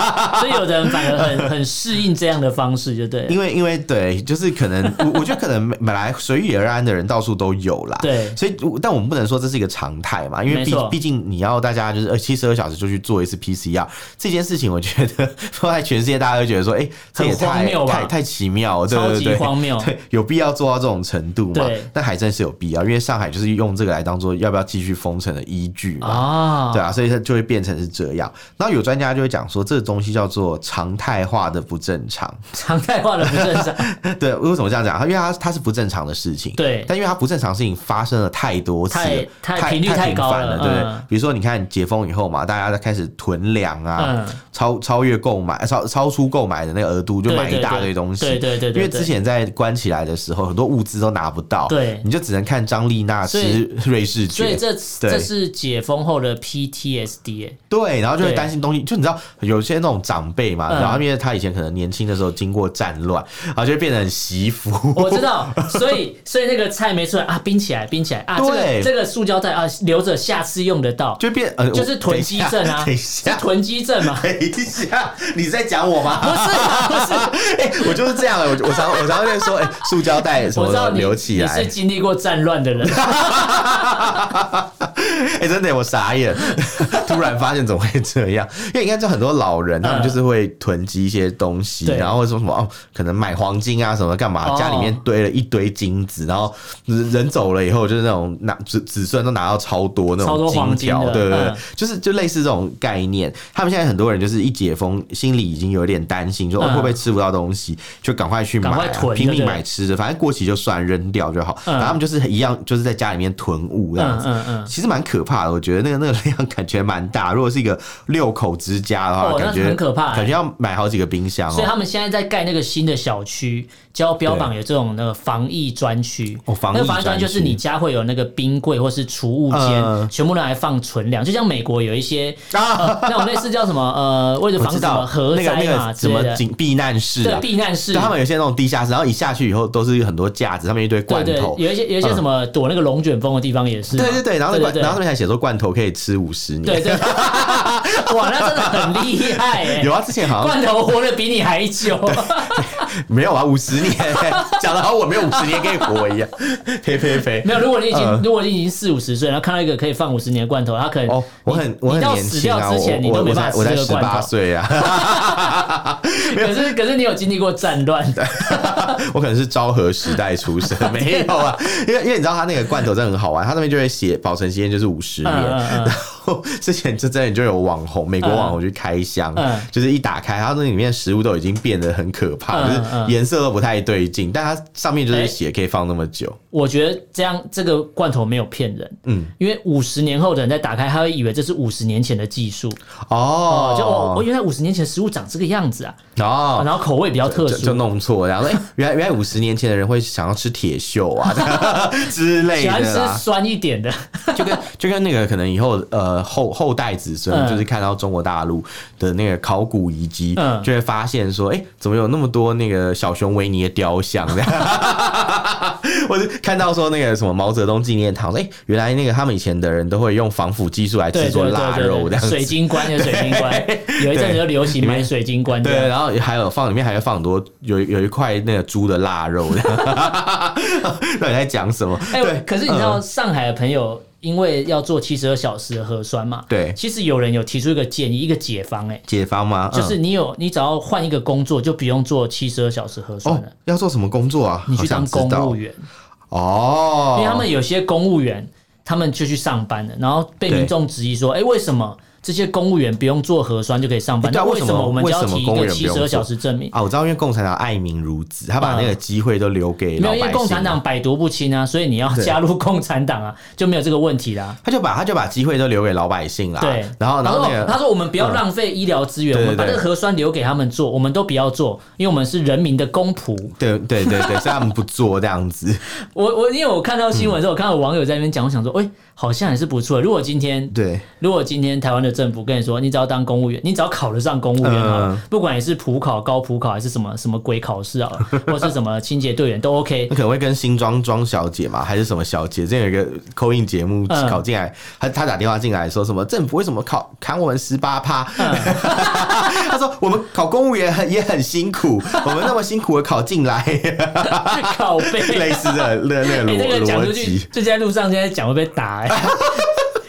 Speaker 1: 所以有的人反而很 很适应这样的方式，就对了。
Speaker 2: 因为因为对，就是可能我我觉得可能本来随遇而安的人到处都有啦。
Speaker 1: 对
Speaker 2: 所以但我们不能说这是一个常态嘛，因为
Speaker 1: 没
Speaker 2: 毕
Speaker 1: 错
Speaker 2: 毕竟你要大家就是呃七十二小时就去做一次 PCR 这件事情，我觉得 放在全世界大家都觉得说，哎、这也
Speaker 1: 很荒
Speaker 2: 太
Speaker 1: 谬吧
Speaker 2: 太太奇妙了，对
Speaker 1: 超
Speaker 2: 对
Speaker 1: 级
Speaker 2: 对
Speaker 1: 荒谬
Speaker 2: 对，有必要做到这种程度吗
Speaker 1: 对？
Speaker 2: 但还真是有必要，因为上海就是用这个来当做要不要继续封城的依据嘛。
Speaker 1: 啊，
Speaker 2: 对啊，所以它就会变成是这样。然后有专家就会讲说，这个东西叫做常态化的不正常。
Speaker 1: 常态化的不正 常，
Speaker 2: 对，为什么这样讲？它因为它它是不正常的事情，
Speaker 1: 对
Speaker 2: 但因为它不正常的事情发生了太多次了，
Speaker 1: 太太频率太
Speaker 2: 频
Speaker 1: 高
Speaker 2: 繁
Speaker 1: 了
Speaker 2: 了，对不对？
Speaker 1: 嗯
Speaker 2: 比如说，你看解封以后嘛，大家开始囤粮啊，
Speaker 1: 嗯
Speaker 2: 超超越购买、超超出购买的那个额度，就
Speaker 1: 对
Speaker 2: 买一
Speaker 1: 对
Speaker 2: 大
Speaker 1: 对
Speaker 2: 堆东西。
Speaker 1: 对对对对
Speaker 2: 因为之
Speaker 1: 对
Speaker 2: 前在关起来的时候，很多物资都拿不到，
Speaker 1: 对
Speaker 2: 你就只能看张丽娜
Speaker 1: 所以
Speaker 2: 吃瑞士
Speaker 1: 所以
Speaker 2: 卷，
Speaker 1: 这
Speaker 2: 对
Speaker 1: 这是解封后的 PTSD，欸
Speaker 2: 对，然后就会
Speaker 1: 对
Speaker 2: 担心东西，就你知道有些那种长辈嘛，
Speaker 1: 嗯
Speaker 2: 然后因为他以前可能年轻的时候经过战乱，然后就会变得很惜福。
Speaker 1: 我知道，所以所以那个菜没出来啊，冰起来，冰起来啊，这
Speaker 2: 对
Speaker 1: 个这个塑胶袋啊，留着下次用得到，
Speaker 2: 就变呃，
Speaker 1: 就是囤积症啊，
Speaker 2: 等一
Speaker 1: 是
Speaker 2: 下，
Speaker 1: 囤积症嘛，
Speaker 2: 等一下，你是在讲我 吗？不 是，不是，我就是这样的。我我常我常会说，哎，塑胶袋 什
Speaker 1: 我
Speaker 2: 么
Speaker 1: 知道
Speaker 2: 的
Speaker 1: 你
Speaker 2: 留起
Speaker 1: 你
Speaker 2: 来哦
Speaker 1: 是。经历过战乱的人，
Speaker 2: 哎，真的，我傻眼， 突然发现怎么会这样？因为你看，就很多老人，他们就是会囤积一些东西，
Speaker 1: 对
Speaker 2: 然后会说什么哦，可能买黄金啊什么干嘛，
Speaker 1: 哦
Speaker 2: 家里面堆了一堆金子，然后人人走了以后，就是那种拿子子孙都拿到超多那
Speaker 1: 超
Speaker 2: 种
Speaker 1: 多黄金
Speaker 2: 条，
Speaker 1: 的
Speaker 2: 对对对
Speaker 1: 嗯，
Speaker 2: 就是就类似这种概念。他们现在很多人就是一解封，心里已经有点担心，说哦
Speaker 1: 嗯
Speaker 2: 会不会吃不到东西，就赶快去买
Speaker 1: 赶快
Speaker 2: 啊，
Speaker 1: 囤
Speaker 2: 拼命
Speaker 1: 对
Speaker 2: 买吃的，反正过期就算扔掉就好。
Speaker 1: 嗯
Speaker 2: 然后他们就是一样，就是在家里面囤物这样
Speaker 1: 嗯
Speaker 2: 子。
Speaker 1: 嗯嗯，
Speaker 2: 其实蛮可怕的，我觉得那个那个量感觉蛮大。如果是一个六口之家的话，
Speaker 1: 哦那
Speaker 2: 感觉
Speaker 1: 很可怕欸
Speaker 2: 感觉要买好几个冰箱
Speaker 1: 所以
Speaker 2: 哦。
Speaker 1: 他们现在在盖那个新的小区，交标榜有这种那个防疫专区。
Speaker 2: 哦防疫
Speaker 1: 那个防疫专区就是
Speaker 2: 专区
Speaker 1: 你家会有那个冰柜或是储物间，
Speaker 2: 嗯
Speaker 1: 全部拿来放存粮，就像美国有一些、
Speaker 2: 啊，
Speaker 1: 呃、那种类似叫什么呃，为了
Speaker 2: 我
Speaker 1: 防止
Speaker 2: 知
Speaker 1: 什么
Speaker 2: 道
Speaker 1: 核
Speaker 2: 那个
Speaker 1: 灾
Speaker 2: 那
Speaker 1: 嘛
Speaker 2: 个
Speaker 1: 之
Speaker 2: 什
Speaker 1: 类
Speaker 2: 么
Speaker 1: 的，
Speaker 2: 避避难室
Speaker 1: 对
Speaker 2: 啊，
Speaker 1: 避难室。
Speaker 2: 对，他们有些那种地下室，然后一下去以后都是很多架子，上面一堆
Speaker 1: 对
Speaker 2: 罐
Speaker 1: 对，
Speaker 2: 头。嗯
Speaker 1: 有一些有一些什么躲那个龙卷风的地方也是嘛。
Speaker 2: 对对对，然后那
Speaker 1: 对
Speaker 2: 罐，
Speaker 1: 对
Speaker 2: 然后上面还写说罐头可以吃五十
Speaker 1: 对对，
Speaker 2: 年。
Speaker 1: 对哇，那真的很厉害哎、
Speaker 2: 有啊，之前好像
Speaker 1: 罐头活得比你还久，
Speaker 2: 没有啊，五十年 讲的好，我没有五十年可以活一样。 呸呸呸！
Speaker 1: 没有。如果你已经、
Speaker 2: 嗯
Speaker 1: 如果你已经四五十岁，然后看到一个可以放五十年的罐头，他可能
Speaker 2: 哦，我很我
Speaker 1: 你
Speaker 2: 很
Speaker 1: 到
Speaker 2: 年
Speaker 1: 死
Speaker 2: 轻啊，
Speaker 1: 掉
Speaker 2: 我
Speaker 1: 之前你
Speaker 2: 我
Speaker 1: 都没
Speaker 2: 我
Speaker 1: 办
Speaker 2: 才
Speaker 1: 法
Speaker 2: 我
Speaker 1: 吃
Speaker 2: 才
Speaker 1: 这个
Speaker 2: 十
Speaker 1: 罐
Speaker 2: 八
Speaker 1: 头。
Speaker 2: 岁啊。
Speaker 1: 可是可是你有经历过战乱，
Speaker 2: 我可能是昭和时代出生， 没有啊，因为因为你知道它那个罐头真的很好玩，它那边就会写保存期限就是五十年。
Speaker 1: 嗯嗯嗯
Speaker 2: 然后之前就真的就有网红，美国网红去开箱，
Speaker 1: 嗯
Speaker 2: 就是一打开，它那里面食物都已经变得很可怕，
Speaker 1: 嗯哎
Speaker 2: 就是颜色都不太对劲，但它上面就是写可以放那么久。
Speaker 1: 我觉得这样这个罐头没有骗人，
Speaker 2: 嗯
Speaker 1: 嗯，因为五十年后的人在打开，他会以为这是五十年前的技术，
Speaker 2: 哦
Speaker 1: 哦，，就哦，我
Speaker 2: 哦
Speaker 1: 原来五十年前食物长这个样子啊，啊
Speaker 2: 哦。
Speaker 1: 然后口味比较特
Speaker 2: 就就
Speaker 1: 殊，
Speaker 2: 弄错，然后哎、原来原来五十年前的人会想要吃铁锈啊 之类
Speaker 1: 喜
Speaker 2: 的
Speaker 1: 欢吃
Speaker 2: 啦，
Speaker 1: 酸一点的，
Speaker 2: 就跟就跟那个可能以后呃呃后后代子孙，
Speaker 1: 嗯
Speaker 2: 就是看到中国大陆的那个考古遗迹，
Speaker 1: 嗯
Speaker 2: 就会发现说，哎、怎么有那么多那个小熊维尼的雕像？ 这样，我就看到说那个什么毛泽东纪念堂，哎、原来那个他们以前的人都会用防腐技术来制
Speaker 1: 对
Speaker 2: 作
Speaker 1: 对
Speaker 2: 腊
Speaker 1: 对
Speaker 2: 肉
Speaker 1: 对
Speaker 2: 这
Speaker 1: 对，
Speaker 2: 样子。
Speaker 1: 水晶棺有水晶 棺，有一阵子就流行买水晶棺，
Speaker 2: 对，，然后还有放里面还有放很多有有一块那个猪的腊肉，这样 到底在讲什么？
Speaker 1: 哎、
Speaker 2: 对，嗯
Speaker 1: 可是你知道上海的朋友因为要做七十二小时的核酸嘛？
Speaker 2: 对
Speaker 1: 其实有人有提出一个建议，一个解方、哎，
Speaker 2: 解放吗？嗯
Speaker 1: 就是你有你只要换一个工作，就不用做七十二小时核酸
Speaker 2: 哦
Speaker 1: 了。，
Speaker 2: 要做什么工作啊？
Speaker 1: 你去当
Speaker 2: 好想
Speaker 1: 公
Speaker 2: 知道
Speaker 1: 务员，
Speaker 2: 哦，
Speaker 1: 因为他们有些公务员，他们就去上班了，然后被
Speaker 2: 对
Speaker 1: 民众质疑说：“哎、为什么这些公务员不用做核酸就可以上班？
Speaker 2: 哎对啊
Speaker 1: 那
Speaker 2: 为什
Speaker 1: 什
Speaker 2: 么
Speaker 1: 么我们就要
Speaker 2: 为什么
Speaker 1: 提一
Speaker 2: 公务
Speaker 1: 个
Speaker 2: 员不
Speaker 1: 七
Speaker 2: 用
Speaker 1: 十
Speaker 2: 做
Speaker 1: 二小时证明？”
Speaker 2: 啊，我知道，因为共产党爱民如子，他把那个机会都留给
Speaker 1: 嗯没有，
Speaker 2: 老百
Speaker 1: 因
Speaker 2: 姓
Speaker 1: 为
Speaker 2: 啊。
Speaker 1: 共产党百毒不侵啊，所以你要
Speaker 2: 对
Speaker 1: 加入共产党啊，就没有这个问题啦。
Speaker 2: 他就把他就把机会都留给老百姓啦。
Speaker 1: 对，
Speaker 2: 啊然后然后那
Speaker 1: 他说他
Speaker 2: 个嗯
Speaker 1: 说我们不要浪费医疗资源，
Speaker 2: 对
Speaker 1: 我们把
Speaker 2: 对
Speaker 1: 这
Speaker 2: 对
Speaker 1: 个核酸留给他们做，我们都不要做，因为我们是人民的公仆。
Speaker 2: 对对对对，所以他们不做这样子。
Speaker 1: 我我因为我看到新闻的时候，我看到有网友在那边讲，我想说，哎，好像也是不错。如果今天
Speaker 2: 嗯对，
Speaker 1: 如果今天台湾的政府跟你说，你只要当公务员，你只要考得上公务员好了，
Speaker 2: 嗯
Speaker 1: 不管你是普考、高普考还是什么什么鬼考试啊， 或是什么清洁队员都 OK
Speaker 2: 那。可能会跟新庄庄小姐嘛，还是什么小姐？之前有一个扣印节目
Speaker 1: 嗯
Speaker 2: 考进来，他他打电话进来说什么政府为什么考砍我们十八趴？
Speaker 1: 嗯
Speaker 2: 他说我们 考公务员很也很辛苦，我们那么辛苦的考进来，
Speaker 1: 靠背，
Speaker 2: 类似的那 那个
Speaker 1: 你哎这
Speaker 2: 逻
Speaker 1: 个讲
Speaker 2: 逻
Speaker 1: 出去，
Speaker 2: 辑。
Speaker 1: 就在路上现在讲会被打、 欸，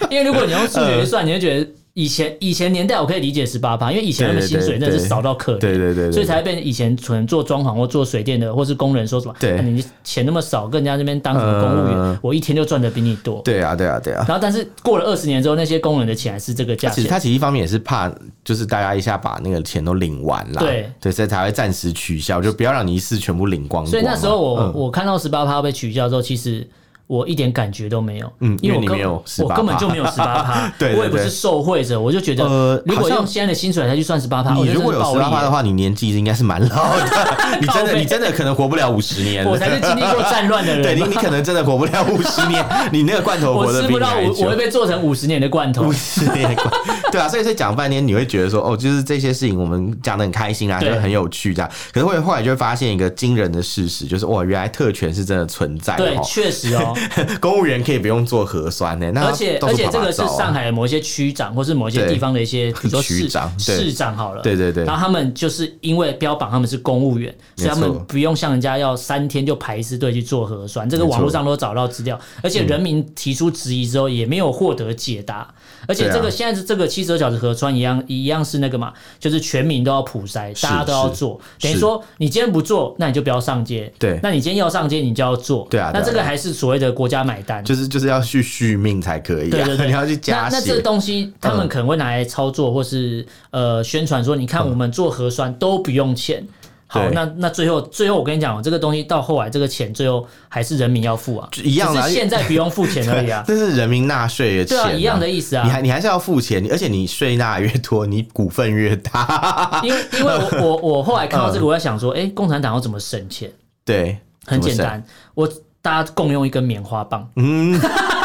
Speaker 1: 因为如果你用数学去
Speaker 2: 嗯
Speaker 1: 算，你会觉得以前以前年代我可以理解十八趴，因为以前他们薪水真的是少到可怜，
Speaker 2: 对对对对对
Speaker 1: 所以才会被以前可能做装潢或做水电的或是工人说什么，
Speaker 2: 对
Speaker 1: 啊你钱那么少，跟人家那边当什么公务员，
Speaker 2: 嗯
Speaker 1: 我一天就赚的比你多。
Speaker 2: 对啊，对啊，对啊。
Speaker 1: 然后，但是过了二十年之后，那些工人的钱还是这个价
Speaker 2: 其实
Speaker 1: 钱。
Speaker 2: 他其实一方面也是怕，就是大家一下把那个钱都领完啦，
Speaker 1: 对
Speaker 2: 所以才会暂时取消，就不要让你一次全部领光光嘛。
Speaker 1: 所以那时候我、
Speaker 2: 嗯
Speaker 1: 我看到十八趴被取消之后，其实我一点感觉都没有，
Speaker 2: 嗯
Speaker 1: 因
Speaker 2: 因为
Speaker 1: 为我
Speaker 2: 你
Speaker 1: 根
Speaker 2: 没有
Speaker 1: 我
Speaker 2: 18%
Speaker 1: 根本就没有十八趴，
Speaker 2: 对对
Speaker 1: 我也不
Speaker 2: 对
Speaker 1: 是受贿者，我就觉得、
Speaker 2: 呃
Speaker 1: 如
Speaker 2: 好
Speaker 1: 果
Speaker 2: 像
Speaker 1: 用现在的薪水来去算十八趴，哦我
Speaker 2: 你
Speaker 1: 觉得
Speaker 2: 如果有
Speaker 1: 真
Speaker 2: 十
Speaker 1: 是
Speaker 2: 八
Speaker 1: 暴
Speaker 2: 趴
Speaker 1: 利
Speaker 2: 的
Speaker 1: 耶。
Speaker 2: 话，你年纪应该是蛮 老的，你真
Speaker 1: 靠
Speaker 2: 的
Speaker 1: 背
Speaker 2: 你真的可能活不了五十年了。
Speaker 1: 我才是经历过战乱的人，
Speaker 2: 对你，你可能真的活不了五十 年，你那个罐头活
Speaker 1: 我
Speaker 2: 得
Speaker 1: 吃
Speaker 2: 比
Speaker 1: 不
Speaker 2: 你
Speaker 1: 到
Speaker 2: 还
Speaker 1: 五，我会
Speaker 2: 久。
Speaker 1: 被做成五十年的罐头
Speaker 2: 五。十年的罐， 对啊，所以所以讲半天，你会觉得说，哦，就是这些事情我们讲的很开心啊，就
Speaker 1: 对
Speaker 2: 是很有趣这样。可是会后来就会发现一个惊人的事实，就是哇，原来特权是真的存在的
Speaker 1: 对，
Speaker 2: 哦。
Speaker 1: 确实哦，
Speaker 2: 公务员可以不用做核酸呢、那
Speaker 1: 而且
Speaker 2: 到
Speaker 1: 而
Speaker 2: 处
Speaker 1: 且
Speaker 2: 跑
Speaker 1: 这
Speaker 2: 马
Speaker 1: 个是
Speaker 2: 照啊
Speaker 1: 上海的某一些区长，或是某一些
Speaker 2: 对
Speaker 1: 地方的一些，比如说
Speaker 2: 区
Speaker 1: 市
Speaker 2: 长对
Speaker 1: 市长好了，
Speaker 2: 对对对
Speaker 1: 然后他们就是因为标榜他们是公务员，所以他
Speaker 2: 没
Speaker 1: 们
Speaker 2: 错
Speaker 1: 不用像人家要三天就排一次队去做核酸，这个网络上都找到资料，而
Speaker 2: 嗯
Speaker 1: 且人民提出质疑之后也没有获得解答，而且这
Speaker 2: 对
Speaker 1: 个
Speaker 2: 啊
Speaker 1: 现在是这个七十二小时核酸一样一样是那个嘛，就是全民都要普筛，
Speaker 2: 是
Speaker 1: 大家都要
Speaker 2: 是
Speaker 1: 做，等于
Speaker 2: 是
Speaker 1: 说你今天不做，那你就不要上街，
Speaker 2: 对
Speaker 1: 那你今天要上街，你就要做，
Speaker 2: 对啊
Speaker 1: 那
Speaker 2: 对啊
Speaker 1: 这个
Speaker 2: 对啊
Speaker 1: 还是所谓的国家买单，
Speaker 2: 就是就是要去续命才可以、啊，
Speaker 1: 对对对，
Speaker 2: 你要去
Speaker 1: 那
Speaker 2: 加
Speaker 1: 那这
Speaker 2: 血。嗯
Speaker 1: 东西他们可能会拿来操作，或是呃宣传说，你看我们做核酸都不用钱。好，
Speaker 2: 对
Speaker 1: 那那最后最后我跟你讲，这个东西到后来这个钱最后还是人民要付啊，
Speaker 2: 就一样的啊
Speaker 1: 只是现在不用付钱而已 啊。
Speaker 2: 这是人民纳税的钱、
Speaker 1: 对啊，一样的。意思
Speaker 2: 你
Speaker 1: 啊，
Speaker 2: 还你还是要付钱，你而且你税纳越多，你股份越 大。
Speaker 1: 因为因为我我我后来看到这个，我在想说，哎，共产党要怎么省钱？
Speaker 2: 对，
Speaker 1: 很简
Speaker 2: 嗯怎么省，
Speaker 1: 单，我大家共用一根棉花棒，
Speaker 2: 嗯，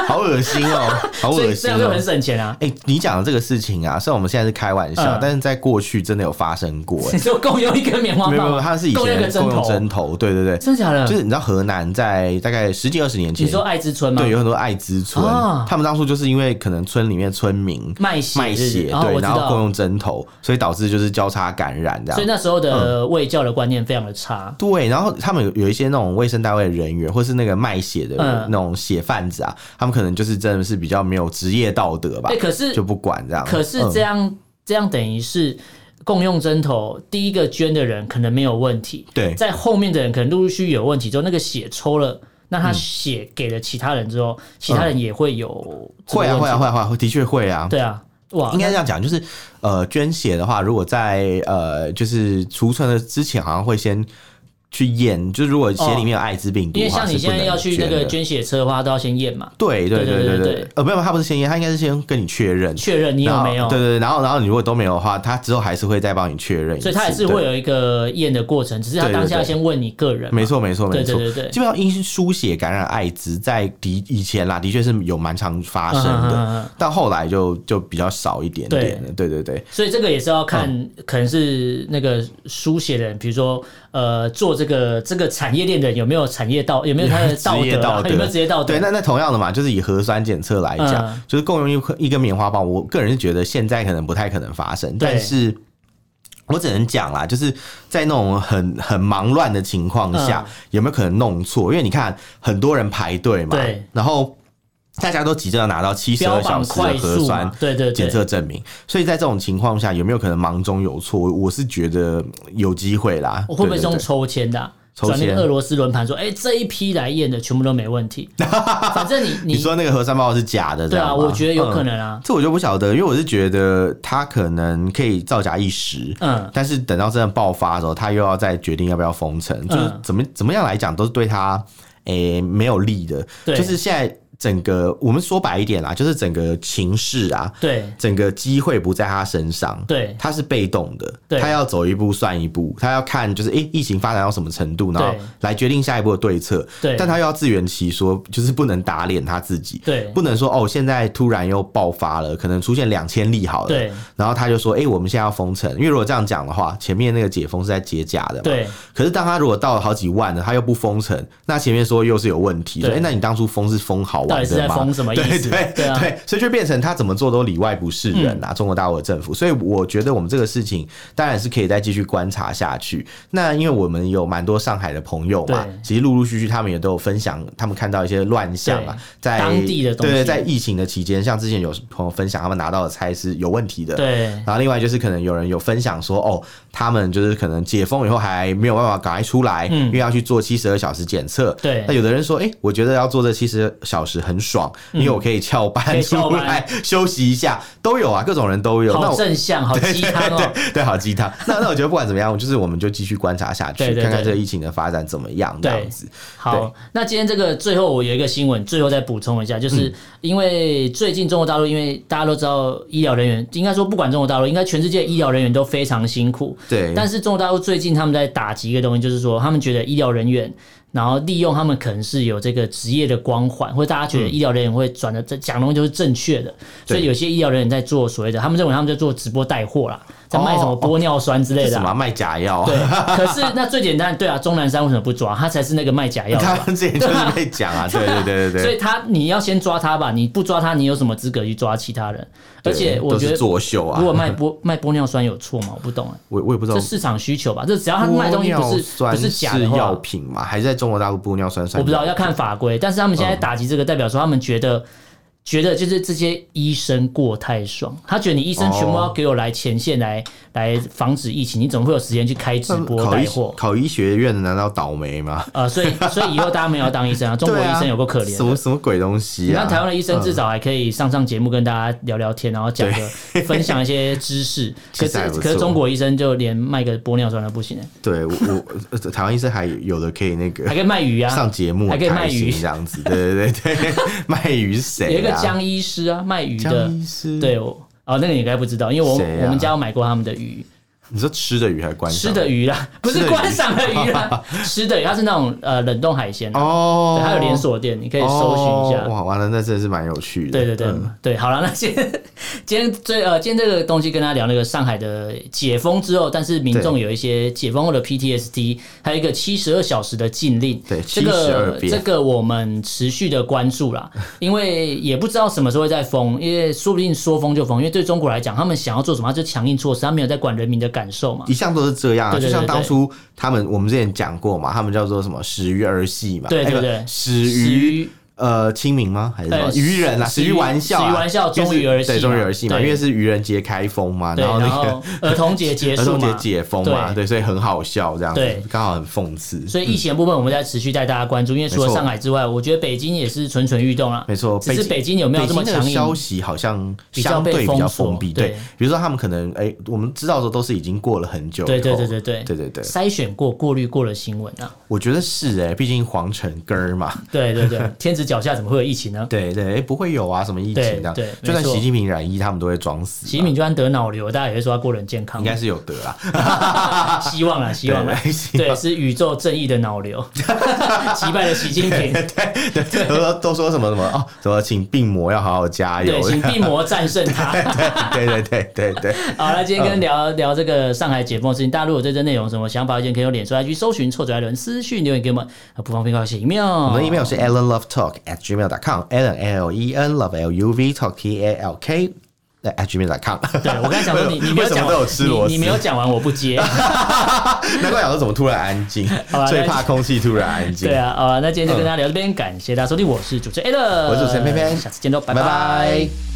Speaker 2: 好恶心哦、 好
Speaker 1: 所
Speaker 2: 恶
Speaker 1: 以这
Speaker 2: 心
Speaker 1: 样就
Speaker 2: 哦、
Speaker 1: 很省钱啊。
Speaker 2: 哎、你讲的这个事情啊，虽然我们现在是开玩笑，
Speaker 1: 嗯
Speaker 2: 但是在过去真的有发生过、
Speaker 1: 你说共用一根棉花
Speaker 2: 哎，没
Speaker 1: 棒
Speaker 2: 有
Speaker 1: 吗，
Speaker 2: 没有，它是以
Speaker 1: 共用一个
Speaker 2: 前
Speaker 1: 针
Speaker 2: 共用
Speaker 1: 头，嗯
Speaker 2: 针头，对对对，
Speaker 1: 真假的
Speaker 2: 就？是你知道河南在大概十几二十年前，
Speaker 1: 你说爱之村吗？
Speaker 2: 对，有很多艾滋村，
Speaker 1: 啊
Speaker 2: 他们当初就是因为可能村里面村民
Speaker 1: 卖血
Speaker 2: 卖
Speaker 1: 是不是
Speaker 2: 血，
Speaker 1: 哦
Speaker 2: 对，
Speaker 1: 我知
Speaker 2: 然后
Speaker 1: 道
Speaker 2: 共用针头，所以导致就是交叉感染这
Speaker 1: 所以
Speaker 2: 样。
Speaker 1: 那时候的
Speaker 2: 嗯
Speaker 1: 卫教的观念非常的差。
Speaker 2: 对，然后他们有有一些那种卫生单位的人员，或是那个卖血的
Speaker 1: 嗯
Speaker 2: 那种血贩子啊，他们可能就是真的是比较没有职业道德吧
Speaker 1: 对，，可是
Speaker 2: 就不管这样。
Speaker 1: 可是
Speaker 2: 嗯
Speaker 1: 这样、这样等于是共用针头，第一个捐的人可能没有问题，
Speaker 2: 对
Speaker 1: 在后面的人可能陆陆续续有问题之后，那个血抽了。那
Speaker 2: 嗯
Speaker 1: 他血给了其他人之后，其他人也会有这个
Speaker 2: 会啊
Speaker 1: 问
Speaker 2: 会
Speaker 1: 题
Speaker 2: 啊会啊会啊，会的确会啊。
Speaker 1: 对啊，哇，
Speaker 2: 应该这样讲，就是呃，捐血的话，如果在呃，就是储存的之前，好像会先去验，就是如果血里面有艾滋病
Speaker 1: 哦
Speaker 2: 毒
Speaker 1: 因为
Speaker 2: 的话，
Speaker 1: 像你
Speaker 2: 啊是不
Speaker 1: 现在
Speaker 2: 能
Speaker 1: 要去那个
Speaker 2: 的
Speaker 1: 捐血车的话，都要先验嘛，
Speaker 2: 对对
Speaker 1: 对
Speaker 2: 对
Speaker 1: 对
Speaker 2: 对
Speaker 1: 对
Speaker 2: 对，呃，没有，他不是先验，他应该是先跟你确认，
Speaker 1: 确认你
Speaker 2: 然
Speaker 1: 有
Speaker 2: 后
Speaker 1: 没有。
Speaker 2: 啊对对对，然后然后你如果都没有的话，他之后还是会再帮你确认一次，
Speaker 1: 所以他也是
Speaker 2: 对
Speaker 1: 会有一个验的过程，只是他
Speaker 2: 对对
Speaker 1: 当下
Speaker 2: 对
Speaker 1: 先问你个人嘛。
Speaker 2: 没错，没错，
Speaker 1: 对
Speaker 2: 没错，
Speaker 1: 对对对
Speaker 2: 基本上因输血感染艾滋在的以前啦，的确是有蛮常发生的，
Speaker 1: 嗯嗯嗯嗯
Speaker 2: 但后来就就比较少一点点了。对对对，
Speaker 1: 所以这个也是要
Speaker 2: 嗯
Speaker 1: 看，可能是那个书写的人，比如说呃，做这个这个产业链的人有没有产业道，有没有他的道
Speaker 2: 职业
Speaker 1: 德啊，
Speaker 2: 道德
Speaker 1: 有没有职业道德？
Speaker 2: 对，那那同样的嘛，就是以核酸检测来讲，
Speaker 1: 嗯
Speaker 2: 就是共用一颗一根棉花棒，我个人是觉得现在可能不太可能发生，
Speaker 1: 对
Speaker 2: 但是。我只能讲啦，就是在那种很很忙乱的情况下，
Speaker 1: 嗯
Speaker 2: 有没有可能弄错？因为你看很多人排队嘛
Speaker 1: 对，
Speaker 2: 然后大家都急着要拿到七十
Speaker 1: 标
Speaker 2: 二小
Speaker 1: 榜
Speaker 2: 时的
Speaker 1: 快
Speaker 2: 核
Speaker 1: 速
Speaker 2: 酸
Speaker 1: 嘛，，对对
Speaker 2: 检
Speaker 1: 对。
Speaker 2: 测证明。所以在这种情况下，有没有可能忙中有错？我是觉得有机会啦。
Speaker 1: 我会不会是
Speaker 2: 对
Speaker 1: 用
Speaker 2: 对对
Speaker 1: 抽签的、啊？
Speaker 2: 抽
Speaker 1: 转那个
Speaker 2: 签
Speaker 1: 俄罗斯轮盘说，哎、这一批来验的全部都没问 题，反正你你
Speaker 2: 你说那嗯个核酸报告是假的，
Speaker 1: 对啊，我觉得有可
Speaker 2: 能。
Speaker 1: 能啊，
Speaker 2: 这我就不晓得，因为我是觉得他可能可以造假一时，
Speaker 1: 嗯，
Speaker 2: 但是等到真的爆发的时候，他又要再决定要不要封城，就是
Speaker 1: 嗯
Speaker 2: 怎么怎么样来讲都是对他诶、没有利的。
Speaker 1: 对
Speaker 2: 就是现在整个我们说白一点啦，就是整个情势啊，
Speaker 1: 对
Speaker 2: 整个机会不在他身上，
Speaker 1: 对
Speaker 2: 他是被动的，
Speaker 1: 对
Speaker 2: 他要走一步算一步，他要看就是诶、疫情发展到什么程度，然后
Speaker 1: 对
Speaker 2: 来决定下一步的对策。
Speaker 1: 对
Speaker 2: 但他又要自圆其说，就是不能打脸他自己，
Speaker 1: 对
Speaker 2: 不能说哦，现在突然又爆发了，可能出现两千例好了，
Speaker 1: 对
Speaker 2: 然后他就说，诶，我们现在要封城，因为如果这样讲的话，前面那个解封是在解假的嘛，
Speaker 1: 对
Speaker 2: 可是当他如果到了好几万了，他又不封城，那前面说又是有问题，
Speaker 1: 对
Speaker 2: 说哎、诶那你当初封是封好
Speaker 1: 到底
Speaker 2: 玩
Speaker 1: 是在
Speaker 2: 的吗？
Speaker 1: 封什么意
Speaker 2: 对
Speaker 1: 思
Speaker 2: 对
Speaker 1: 对啊嗯
Speaker 2: 所以就变成他怎么做都里外不是人啊，中国大陆的政府。所以我觉得我们这个事情当然是可以再继续观察下去。那因为我们有蛮多上海的朋友嘛
Speaker 1: 对，
Speaker 2: 其实陆陆续续他们也都有分享，他们看到一些乱象啊
Speaker 1: 对，
Speaker 2: 在
Speaker 1: 当地的东西
Speaker 2: 对对，在疫情的期间，像之前有朋友分享，他们拿到的菜是有问题的，
Speaker 1: 对
Speaker 2: 然后另外就是可能有人有分享说，哦，他们就是可能解封以后还没有办法赶快出来，
Speaker 1: 嗯
Speaker 2: 因为要去做七十二小时检测。
Speaker 1: 对
Speaker 2: 那有的人说，哎、我觉得要做这七十小时很爽，因为我可以
Speaker 1: 嗯
Speaker 2: 翘
Speaker 1: 可
Speaker 2: 班
Speaker 1: 以
Speaker 2: 出
Speaker 1: 翘班
Speaker 2: 来 休息一下，都有啊，各种人都有。那
Speaker 1: 好
Speaker 2: 我
Speaker 1: 正向，好鸡汤哦，
Speaker 2: 对对，好鸡汤。那那我觉得不管怎么样，就是我们就继续观察下去，
Speaker 1: 对对
Speaker 2: 看看
Speaker 1: 对
Speaker 2: 这个疫情的发展怎么样，这
Speaker 1: 对
Speaker 2: 样子。
Speaker 1: 好，那今天这个最后我有一个新闻，最后再补充一下，
Speaker 2: 嗯
Speaker 1: 就是因为最近中国大陆，因为大家都知道医疗人员，应该说不管中国大陆，应该全世界医疗人员都非常辛苦。
Speaker 2: 对，
Speaker 1: 但是中国大陆最近他们在打击一个东西，就是说他们觉得医疗人员，然后利用他们可能是有这个职业的光环，或者大家觉得医疗人员会转的这讲的东西就是正确的，所
Speaker 2: 嗯对
Speaker 1: 以有些医疗人员在做所谓的，他们认为他们在做直播带货啦，在卖什么
Speaker 2: 哦
Speaker 1: 玻尿酸之类
Speaker 2: 是
Speaker 1: 的
Speaker 2: 什
Speaker 1: 啊、
Speaker 2: 么啊卖假药？
Speaker 1: 对，可是那最简单，对啊，钟南山为什么不抓？他才是那个卖假药的
Speaker 2: 他
Speaker 1: 吧。
Speaker 2: 们之前就是被讲 啊，对对对对
Speaker 1: 所以
Speaker 2: 对。
Speaker 1: 他你要先抓他吧，你不抓他，你有什么资格去抓其他人？而且
Speaker 2: 对
Speaker 1: 我
Speaker 2: 都是
Speaker 1: 觉得，
Speaker 2: 作秀啊
Speaker 1: 如，果卖玻 卖玻尿酸有错吗？我不懂哎、
Speaker 2: 我我也不知道
Speaker 1: 这市场需求吧，这只要他卖东西不
Speaker 2: 玻
Speaker 1: 是
Speaker 2: 尿酸
Speaker 1: 不是假的话，
Speaker 2: 药品嘛？还是在中国大陆玻尿酸算？
Speaker 1: 我不知道要看法规。但是他们现在打击这个，代表说他们觉得。觉得就是这些医生过太爽，他觉得你医生全部要给我来前线来、来防止疫情，你怎么会有时间去开直播
Speaker 2: 考
Speaker 1: 带
Speaker 2: 医
Speaker 1: 货？
Speaker 2: 考医学院的难道倒霉吗？
Speaker 1: 呃，所以所以以后大家没有要当医生啊，中国
Speaker 2: 对啊
Speaker 1: 医生有够可怜
Speaker 2: 什
Speaker 1: 的
Speaker 2: 么。什么鬼东西
Speaker 1: 你看
Speaker 2: 啊？
Speaker 1: 台湾的医生至少还可以上上节目跟大家聊聊天，然后讲个 分享一些知识。可
Speaker 2: 其实
Speaker 1: 是
Speaker 2: 还不错
Speaker 1: 可是中国医生就连卖个玻尿酸都不 行欸，
Speaker 2: 对我我呃台湾医生还有的可以那个
Speaker 1: 还可以卖鱼啊，
Speaker 2: 上节目
Speaker 1: 还可以卖鱼
Speaker 2: 很开心这样子，对对 对对，卖鱼谁啊？
Speaker 1: 有一个江医师啊，卖鱼的
Speaker 2: 江，医师，
Speaker 1: 对，我哦，那个你应该不知道，因为我、
Speaker 2: 谁啊
Speaker 1: 我们家有买过他们的鱼，
Speaker 2: 你说吃的鱼还是观赏
Speaker 1: 吃的鱼 啦，不是
Speaker 2: 吃的鱼
Speaker 1: 观赏的鱼 啦，吃的鱼，它是那种呃冷冻海鲜啊，
Speaker 2: 哦
Speaker 1: 对，它有连锁店，你可以搜寻一下。
Speaker 2: 哦哇，完了，那真的是蛮有趣的。
Speaker 1: 对对对、
Speaker 2: 嗯
Speaker 1: 对，好了，那今天今天最呃，今天这个东西跟大家聊那个上海的解封之后，但是民众有一些解封后的 PTSD，还有一个七十二小时的禁令，
Speaker 2: 对
Speaker 1: 这
Speaker 2: 72
Speaker 1: 个
Speaker 2: 遍
Speaker 1: 这个我们持续的关注 啦，因为也不知道什么时候会再封，因为说不定说封就封，因为对中国来讲，他们想要做什么，他就强硬措施，他没有在管人民的感受嘛
Speaker 2: 一。向都是这样啊，
Speaker 1: 对对
Speaker 2: 就像
Speaker 1: 对对
Speaker 2: 当初他们我们之前讲过嘛，他们叫做什么“始于儿戏”嘛，
Speaker 1: 对对对
Speaker 2: 哎不始
Speaker 1: 始于
Speaker 2: 于。呃清明吗？还是什么
Speaker 1: 呃
Speaker 2: 愚人啊？
Speaker 1: 始
Speaker 2: 始于玩笑啊，
Speaker 1: 始于玩笑
Speaker 2: 因为是
Speaker 1: 终于儿戏嘛
Speaker 2: 对，终于儿戏嘛，
Speaker 1: 对
Speaker 2: 因为是愚人节开封嘛，
Speaker 1: 对，
Speaker 2: 后
Speaker 1: 然
Speaker 2: 那个
Speaker 1: 后儿童节结
Speaker 2: 儿
Speaker 1: 束
Speaker 2: 童节
Speaker 1: 嘛，
Speaker 2: 解封嘛，
Speaker 1: 对
Speaker 2: 对，所以很好笑这样子
Speaker 1: 对，
Speaker 2: 刚好很讽刺。
Speaker 1: 所以疫情的部分我们在持续带大家关注，因为除了
Speaker 2: 嗯没错
Speaker 1: 上海之外，我觉得北京也是蠢蠢欲动啦。
Speaker 2: 没错，
Speaker 1: 啊只是北京有没有这么
Speaker 2: 北京的
Speaker 1: 强硬？
Speaker 2: 消息好像
Speaker 1: 比较
Speaker 2: 相
Speaker 1: 被
Speaker 2: 对
Speaker 1: 封
Speaker 2: 比较
Speaker 1: 锁
Speaker 2: 封闭，
Speaker 1: 对
Speaker 2: 对，比如说他们可能哎，我们知道的时候都是已经过了很久以后，
Speaker 1: 对对对对对
Speaker 2: 对对对，
Speaker 1: 筛选过、过滤过了新闻啊。
Speaker 2: 我觉得是哎，毕竟皇城根儿嘛，
Speaker 1: 对 对对，天子脚下怎么会有疫情呢？
Speaker 2: 对对，哎不会有啊什么疫情
Speaker 1: 对
Speaker 2: 这样
Speaker 1: 对，
Speaker 2: 就算
Speaker 1: 没错
Speaker 2: 习近平染疫，他们都会装死嘛，
Speaker 1: 习近平就算得脑瘤，大家也会说他过得很健康啊
Speaker 2: 应。该是有得啦，
Speaker 1: 希望啦，希望啦
Speaker 2: 对希，望
Speaker 1: 对，是宇宙正义的脑 瘤，击败了习近平。
Speaker 2: 对，都说都说什么什么哦，什么请病魔要好好加油
Speaker 1: 对，，请病魔战胜他。
Speaker 2: 对对对对 对，
Speaker 1: 好了，今天跟聊、聊这个上海解封的事情，大家如果对这内容有什么想法、意见，可以用脸书 IG 搜寻“臭嘴艾伦”私讯留言给我们，啊不方便告写 email。
Speaker 2: 我
Speaker 1: 我
Speaker 2: 们的 email 是 allenlovetalk at gmail com allen l e n love l u v talk t a l k at gmail com。
Speaker 1: 对我刚才想说你 你没有
Speaker 2: 为什么
Speaker 1: 讲
Speaker 2: 都有
Speaker 1: 完
Speaker 2: 吃螺丝
Speaker 1: 你，你没有讲完我不 接。
Speaker 2: 难怪想说怎么突然安静
Speaker 1: 好吧，
Speaker 2: 最怕空气突然安静。
Speaker 1: 对啊，
Speaker 2: 嗯
Speaker 1: 好了，那今天就跟大家聊到这边，感谢大家收听，我是主持人 a l
Speaker 2: 我是主持人佩佩
Speaker 1: 下次见喽，拜
Speaker 2: 拜
Speaker 1: 拜
Speaker 2: 拜